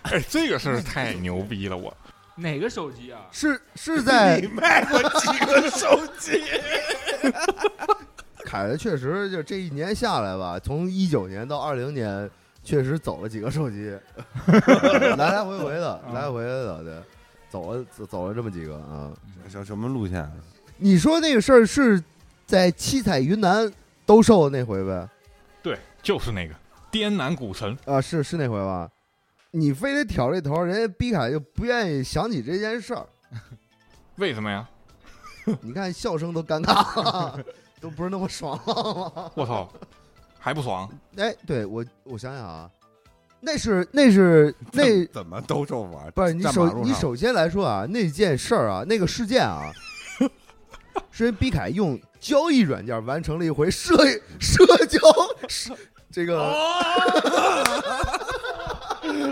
Speaker 2: 哎，这个事儿太牛逼了，我
Speaker 3: 哪个手机啊？
Speaker 1: 是是在
Speaker 4: 你卖过几个手机？
Speaker 1: 凯子确实就这一年下来吧，从一九年到二零年，确实走了几个手机，来来回回的，来来回回的，对，走了走走了这么几个啊。
Speaker 4: 什什么路线？啊
Speaker 1: 你说那个事儿是在七彩云南兜售的那回呗？
Speaker 2: 对，就是那个滇南古城，
Speaker 1: 啊，是是那回吧？你非得挑这头，人家毕凯就不愿意想起这件事儿。
Speaker 2: 为什么呀？
Speaker 1: 你看笑声都尴尬了， 都不是那么爽了。
Speaker 2: 我操，还不爽？
Speaker 1: 哎，对我我想想啊，那是那是那
Speaker 4: 怎么兜售法？
Speaker 1: 不是你
Speaker 4: 站马
Speaker 1: 首
Speaker 4: 路
Speaker 1: 你
Speaker 4: 上
Speaker 1: 首先来说啊，那件事儿啊，那个事件 啊，是因为毕凯用交易软件完成了一回社社交社这个
Speaker 4: 哦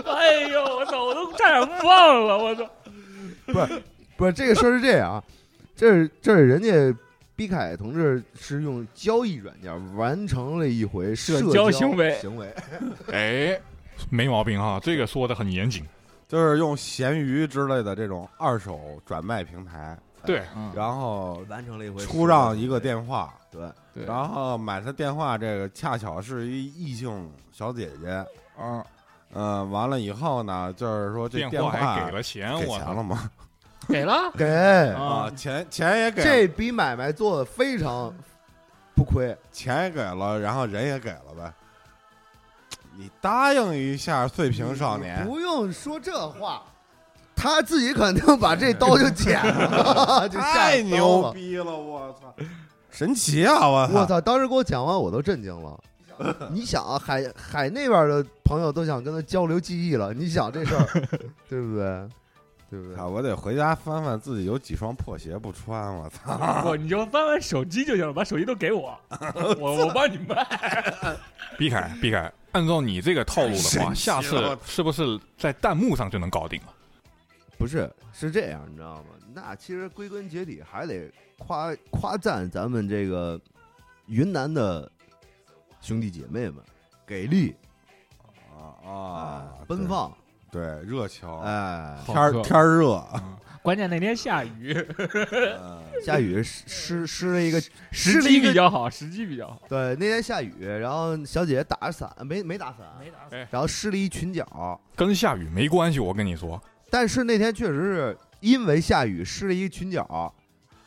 Speaker 3: 哎呦，我操，我都差点忘了，我操！
Speaker 1: 不是这个事儿是这样啊，这是这是人家毕凯同志是用交易软件完成了一回社
Speaker 3: 社交行为
Speaker 1: 行为，
Speaker 2: 哎，没毛病哈，这个说的很严谨。
Speaker 4: 就是用闲鱼之类的这种二手转卖平台，哎
Speaker 2: 对，
Speaker 4: 然后
Speaker 1: 哦完成了一回
Speaker 4: 出让一个电话，
Speaker 1: 对
Speaker 3: 对
Speaker 4: 然后买他电话这个恰巧是一异性小姐姐，
Speaker 3: 啊，
Speaker 4: 呃，完了以后呢，就是说这
Speaker 2: 电
Speaker 4: 电
Speaker 2: 话还
Speaker 4: 话
Speaker 2: 给了钱，
Speaker 4: 给
Speaker 2: 我
Speaker 4: 钱
Speaker 2: 操！
Speaker 4: 了吗？
Speaker 3: 给了
Speaker 1: 给
Speaker 4: 啊，
Speaker 3: 啊，
Speaker 4: 钱钱也给了，
Speaker 1: 哎这笔买卖做的非常不亏。
Speaker 4: 钱也给了，然后人也给了呗。你答应一下碎屏少年
Speaker 1: 你，不用说这话，他自己肯定把这刀就剪了，就下
Speaker 4: 太
Speaker 1: 刀
Speaker 4: 牛
Speaker 1: 了！
Speaker 4: 逼了，我操！神奇啊，我
Speaker 1: 我
Speaker 4: 操！
Speaker 1: 操！当时给我讲完，我都震惊了。你想啊，海海那边的朋友都想跟他交流记忆了，你想这事儿，对不对？对不对
Speaker 4: 啊，？我得回家翻翻自己有几双破鞋不穿，我操！
Speaker 3: 我你就翻翻手机就行了，把手机都给我，我我帮你卖。
Speaker 2: 毕凯，毕凯，按照你这个套路的话，
Speaker 4: 神奇了
Speaker 2: 下
Speaker 4: 我
Speaker 2: 次
Speaker 4: 操
Speaker 2: 是不是在弹幕上就能搞定了？
Speaker 1: 不是，是这样，你知道吗？那其实归根结底还得夸夸赞咱们这个云南的兄弟姐妹们，给力
Speaker 4: 啊啊，
Speaker 1: 奔放，
Speaker 4: 对，对热情，啊
Speaker 1: 哎，
Speaker 4: 天儿天儿热，
Speaker 3: 关键那天下雨，
Speaker 1: 下雨湿湿了一个，湿
Speaker 3: 时
Speaker 1: 了一
Speaker 3: 机
Speaker 1: 个
Speaker 3: 比。较好，时机比较好。
Speaker 1: 对，那天下雨，然后小姐姐打着伞，没没打伞，
Speaker 3: 打
Speaker 2: 伞
Speaker 1: 然后湿了一裙角。
Speaker 2: 跟下雨没关系，我跟你说，
Speaker 1: 但是那天确实是因为下雨湿了一裙角，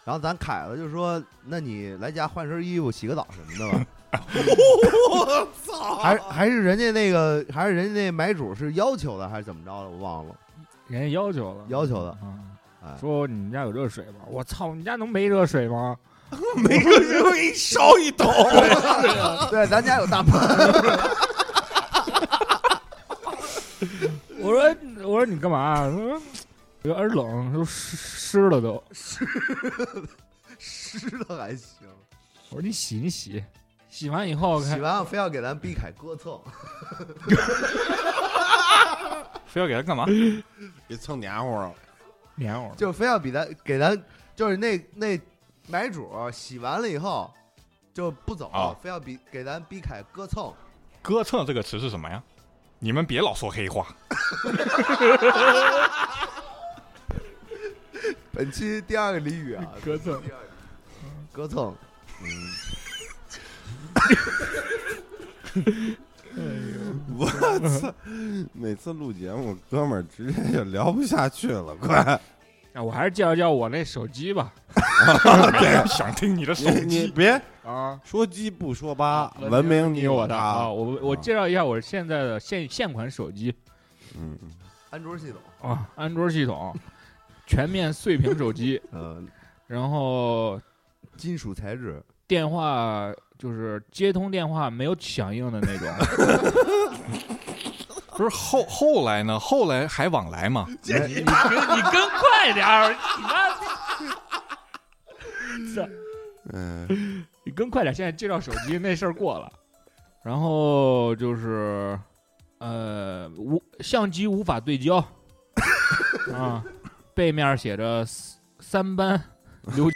Speaker 1: 然后咱凯子就说：“那你来家换身衣服，洗个澡什么的吧。” 我操！还还是人家那个，还是人家那买主是要求的，还是怎么着的？我忘了，
Speaker 3: 人家要求了，
Speaker 1: 要求的。
Speaker 3: 啊
Speaker 1: 哎，
Speaker 3: 说你们家有热水吗？我操，你们家能没热水吗？
Speaker 4: 每个人给你烧一桶，
Speaker 1: 对，啊咱家有大盆，
Speaker 3: 我说我说你干嘛？他说有点冷，都湿湿了都。
Speaker 1: 湿了还行。
Speaker 3: 我说你洗你洗，洗完以后
Speaker 1: 洗
Speaker 3: 看
Speaker 1: 完非要给咱毕凯哥蹭，
Speaker 2: 非要给他干嘛？
Speaker 4: 给蹭黏糊了。
Speaker 3: 黏糊了。
Speaker 1: 就非要比咱给咱就是那那买主洗完了以后就不走，
Speaker 2: 啊
Speaker 1: 非要比给咱毕凯哥 蹭。
Speaker 2: 哥蹭这个词是什么呀？你们别老说黑话。
Speaker 1: 本期第二个俚语啊，
Speaker 3: 哥蹭
Speaker 1: 第二个，哥蹭，
Speaker 4: 我操！ 每次录节目，哥们儿直接就聊不下去了， 快！
Speaker 3: 啊，我还是介绍介绍我那手机吧。
Speaker 2: 想听你的手
Speaker 4: 啊你你
Speaker 2: 机。
Speaker 4: 别
Speaker 3: 啊，
Speaker 4: 说鸡不说八，文
Speaker 3: 文
Speaker 4: 明
Speaker 3: 你
Speaker 4: 啊我
Speaker 3: 我的啊，我我介绍一下我现在的现现款手机
Speaker 4: 嗯，
Speaker 1: 安卓系统，
Speaker 3: 啊，安卓系统，全面碎屏手机，
Speaker 1: 呃，
Speaker 3: 然后
Speaker 1: 金属材质，
Speaker 3: 电话就是接通电话没有响应的那 种。
Speaker 2: 不是后后来呢？后来还往来嘛？
Speaker 3: 你你跟你跟快点儿，你妈！操
Speaker 4: 嗯，
Speaker 3: 你跟快点，现在介绍手机那事儿过了，然后就是，呃，无相机无法对 焦，啊，背面写着三三班刘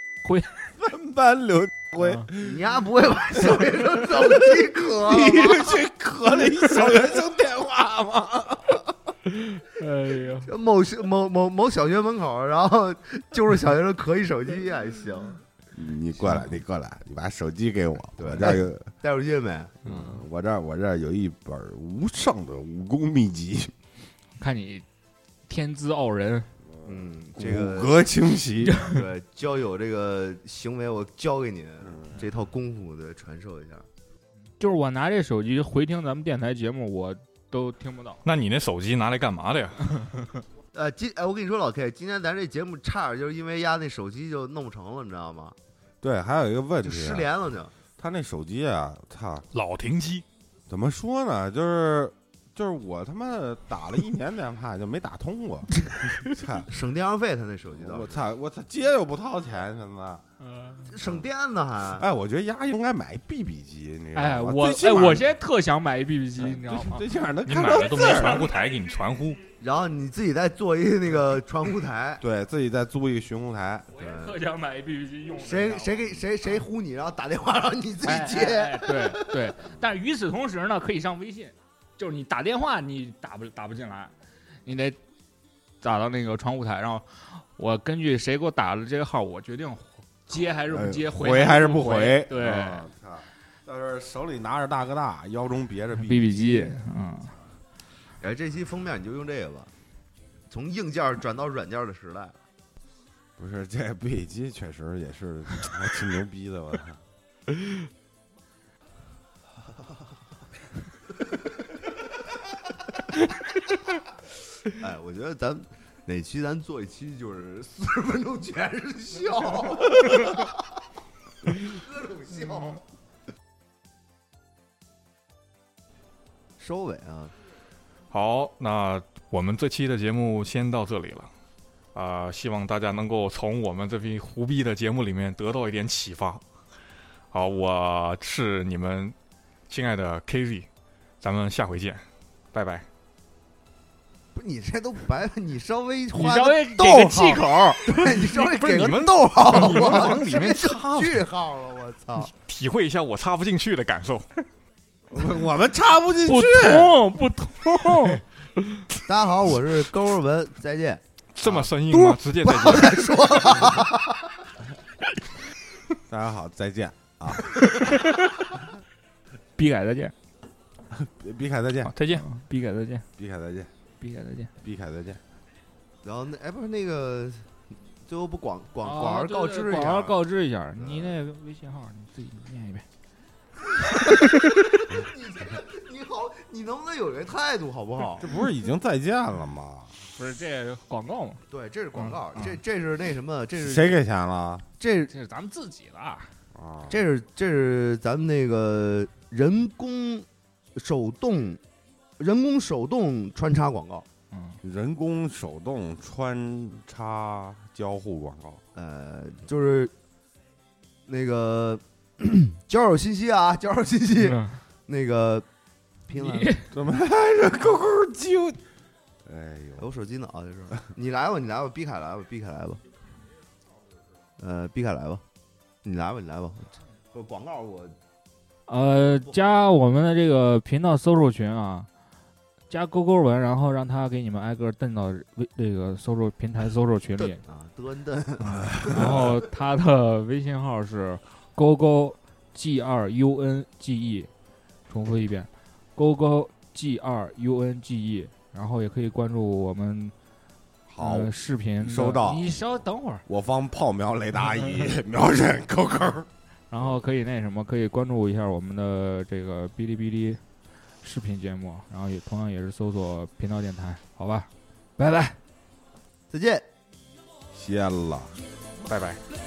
Speaker 4: 三班 刘辉，
Speaker 3: 啊
Speaker 1: 你丫不会把手机上手机壳了吧
Speaker 4: 去咳了一小学生电话吗？
Speaker 3: 哎呦，
Speaker 1: 就某学 某某某小学门口，然后就是小学生咳一手机还 行，
Speaker 4: 嗯你过来，你过来，你把手机给我，
Speaker 1: 对
Speaker 4: 我这儿有，
Speaker 1: 带出去没？
Speaker 2: 嗯，
Speaker 4: 我这儿我这儿有一本无上的武功秘籍，
Speaker 3: 看你天资傲人，
Speaker 1: 嗯，
Speaker 4: 骨
Speaker 1: 这个
Speaker 4: 骼清奇。
Speaker 1: 对，交友这个行为我教给您，这套功夫的传授一下。
Speaker 3: 就是我拿这手机回听咱们电台节目，我都听不到。
Speaker 2: 那你那手机拿来干嘛的呀？
Speaker 1: 呃，今哎，我跟你说，老 K，今天咱这节目差点就是因为压那手机就弄不成了，你知道吗？
Speaker 4: 对，还有一个问
Speaker 1: 就
Speaker 4: 题
Speaker 1: 失
Speaker 4: 啊，
Speaker 1: 联了就。
Speaker 4: 他那手机啊，操，
Speaker 2: 老停机，
Speaker 4: 怎么说呢？ 就是就是我他妈的打了一年电话就没打通过， 操！
Speaker 1: 省电话费，他那手机
Speaker 4: 我
Speaker 1: 倒是
Speaker 4: 操！我操！接又不掏钱，现在。
Speaker 3: 嗯
Speaker 1: 省电呢还。
Speaker 4: 哎，我觉得丫应该买 BB 机，你知道吗？
Speaker 3: 哎，我
Speaker 4: 最起
Speaker 3: 哎，
Speaker 4: 码嗯
Speaker 3: 我现哎在特想买一 BB 机，哦你知道吗？
Speaker 4: 最起码能
Speaker 2: 你
Speaker 4: 看
Speaker 2: 买
Speaker 4: 到
Speaker 2: 了都
Speaker 4: 字
Speaker 2: 没 传
Speaker 4: 儿。，
Speaker 2: 呼台给你传呼，
Speaker 1: 然后你自己再做一那个传呼台
Speaker 4: 对自己再租一个巡控台，
Speaker 3: 我也特想买一 BB 机用着。
Speaker 1: 谁谁给谁谁呼你，然后打电话让你自己
Speaker 3: 哎
Speaker 1: 接。
Speaker 3: 哎哎对对，但是与此同时呢，可以上微信，就是你打电话你打不打不进来，你得打到那个窗户台，然后我根据谁给我打了这个号，我决定接还是不接，
Speaker 4: 哎
Speaker 3: 回
Speaker 4: 回还是
Speaker 3: 不
Speaker 4: 不回？
Speaker 3: 对。
Speaker 4: 啊操到时候手里拿着大哥大，腰中别 着
Speaker 3: B B 机，嗯，
Speaker 1: 哎，这期封面你就用这个吧，从硬件转到软件的时代。
Speaker 4: 不是这 BB 机确实也是 还挺牛逼的，我操！
Speaker 1: 哎，我觉得咱哪期咱做一期，就是四十分钟全是笑，各种笑。收尾啊，
Speaker 2: 好，那我们这期的节目先到这里了，啊、希望大家能够从我们这批胡逼的节目里面得到一点启发。好，我是你们亲爱的 KZ，咱们下回见，拜拜。
Speaker 1: 不是你这都白，你稍微
Speaker 3: 你
Speaker 1: 画
Speaker 3: 稍
Speaker 1: 个
Speaker 3: 微给
Speaker 1: 逗
Speaker 3: 个
Speaker 1: 号
Speaker 3: 气口，
Speaker 1: 对你稍微
Speaker 2: 不是
Speaker 1: 给
Speaker 2: 你
Speaker 1: 个
Speaker 2: 们
Speaker 1: 逗号，啊
Speaker 2: 你们
Speaker 1: 我
Speaker 2: 往里
Speaker 1: 直接
Speaker 2: 面
Speaker 1: 就
Speaker 2: 插
Speaker 1: 句号了，我操！
Speaker 2: 体会一下我插不进去的感受。
Speaker 4: 我我们插不进去
Speaker 3: 不。通不通，
Speaker 1: 大家好，我是高若文，再见。
Speaker 2: 这
Speaker 1: 啊
Speaker 2: 么生硬吗？直接再见。
Speaker 4: 大家好，再见，
Speaker 3: 逼改再见，
Speaker 4: 比比凯再见
Speaker 2: 好，，再见。
Speaker 3: 逼改再见，
Speaker 4: 比凯再见，
Speaker 3: 逼改再见，
Speaker 4: 比凯再见。
Speaker 1: 然后那哎，不是那个，最后不广广
Speaker 3: 啊
Speaker 1: 广而
Speaker 3: 对
Speaker 1: 告
Speaker 3: 对
Speaker 1: 知一下，
Speaker 3: 广而告知一嗯下，你那个微信号你自己念一遍。
Speaker 1: 你这个你好，你能不能有这态度好不好？
Speaker 4: 这不是已经再见了吗？
Speaker 3: 不是这广告嘛？
Speaker 1: 对，这是广告，
Speaker 3: 嗯
Speaker 1: 这这是那什么，这是
Speaker 4: 谁给钱了
Speaker 1: 这
Speaker 3: 这是咱们自己的，
Speaker 4: 啊？
Speaker 1: 这是这是咱们那个人工手动人工手动穿插广告，
Speaker 3: 嗯，
Speaker 4: 人工手动穿插交互广告，
Speaker 1: 呃，就是那个 交友信息啊，交友信息，
Speaker 3: 嗯
Speaker 1: 那个拼 了，
Speaker 4: 怎么 还是 QQ 就？哎呦，
Speaker 1: 我手机呢啊，这是你来吧，你来吧，毕凯来吧，毕凯来吧，呃，毕凯来吧，你来吧，你来吧，不广告我
Speaker 3: 呃，加我们的这个频道搜索群啊，加勾勾文，然后让他给你们挨个登到微这个搜索平台搜索群里，
Speaker 1: 啊，德恩邓
Speaker 3: 然后他的微信号是勾勾 G 二 U N G E，重复一遍，勾勾 G 二 U N G E，然后也可以关注我们
Speaker 4: 好，
Speaker 3: 呃、视频的。
Speaker 4: 收到
Speaker 3: 你稍等会儿，
Speaker 4: 我方炮瞄雷达仪 瞄准 QQ。
Speaker 3: 然后可以那什么，可以关注一下我们的这个哔哩哔哩视频节目，然后也同样也是搜索频道电台，好吧，拜拜。
Speaker 1: 再见。
Speaker 4: 歇了。
Speaker 2: 拜拜。
Speaker 7: baby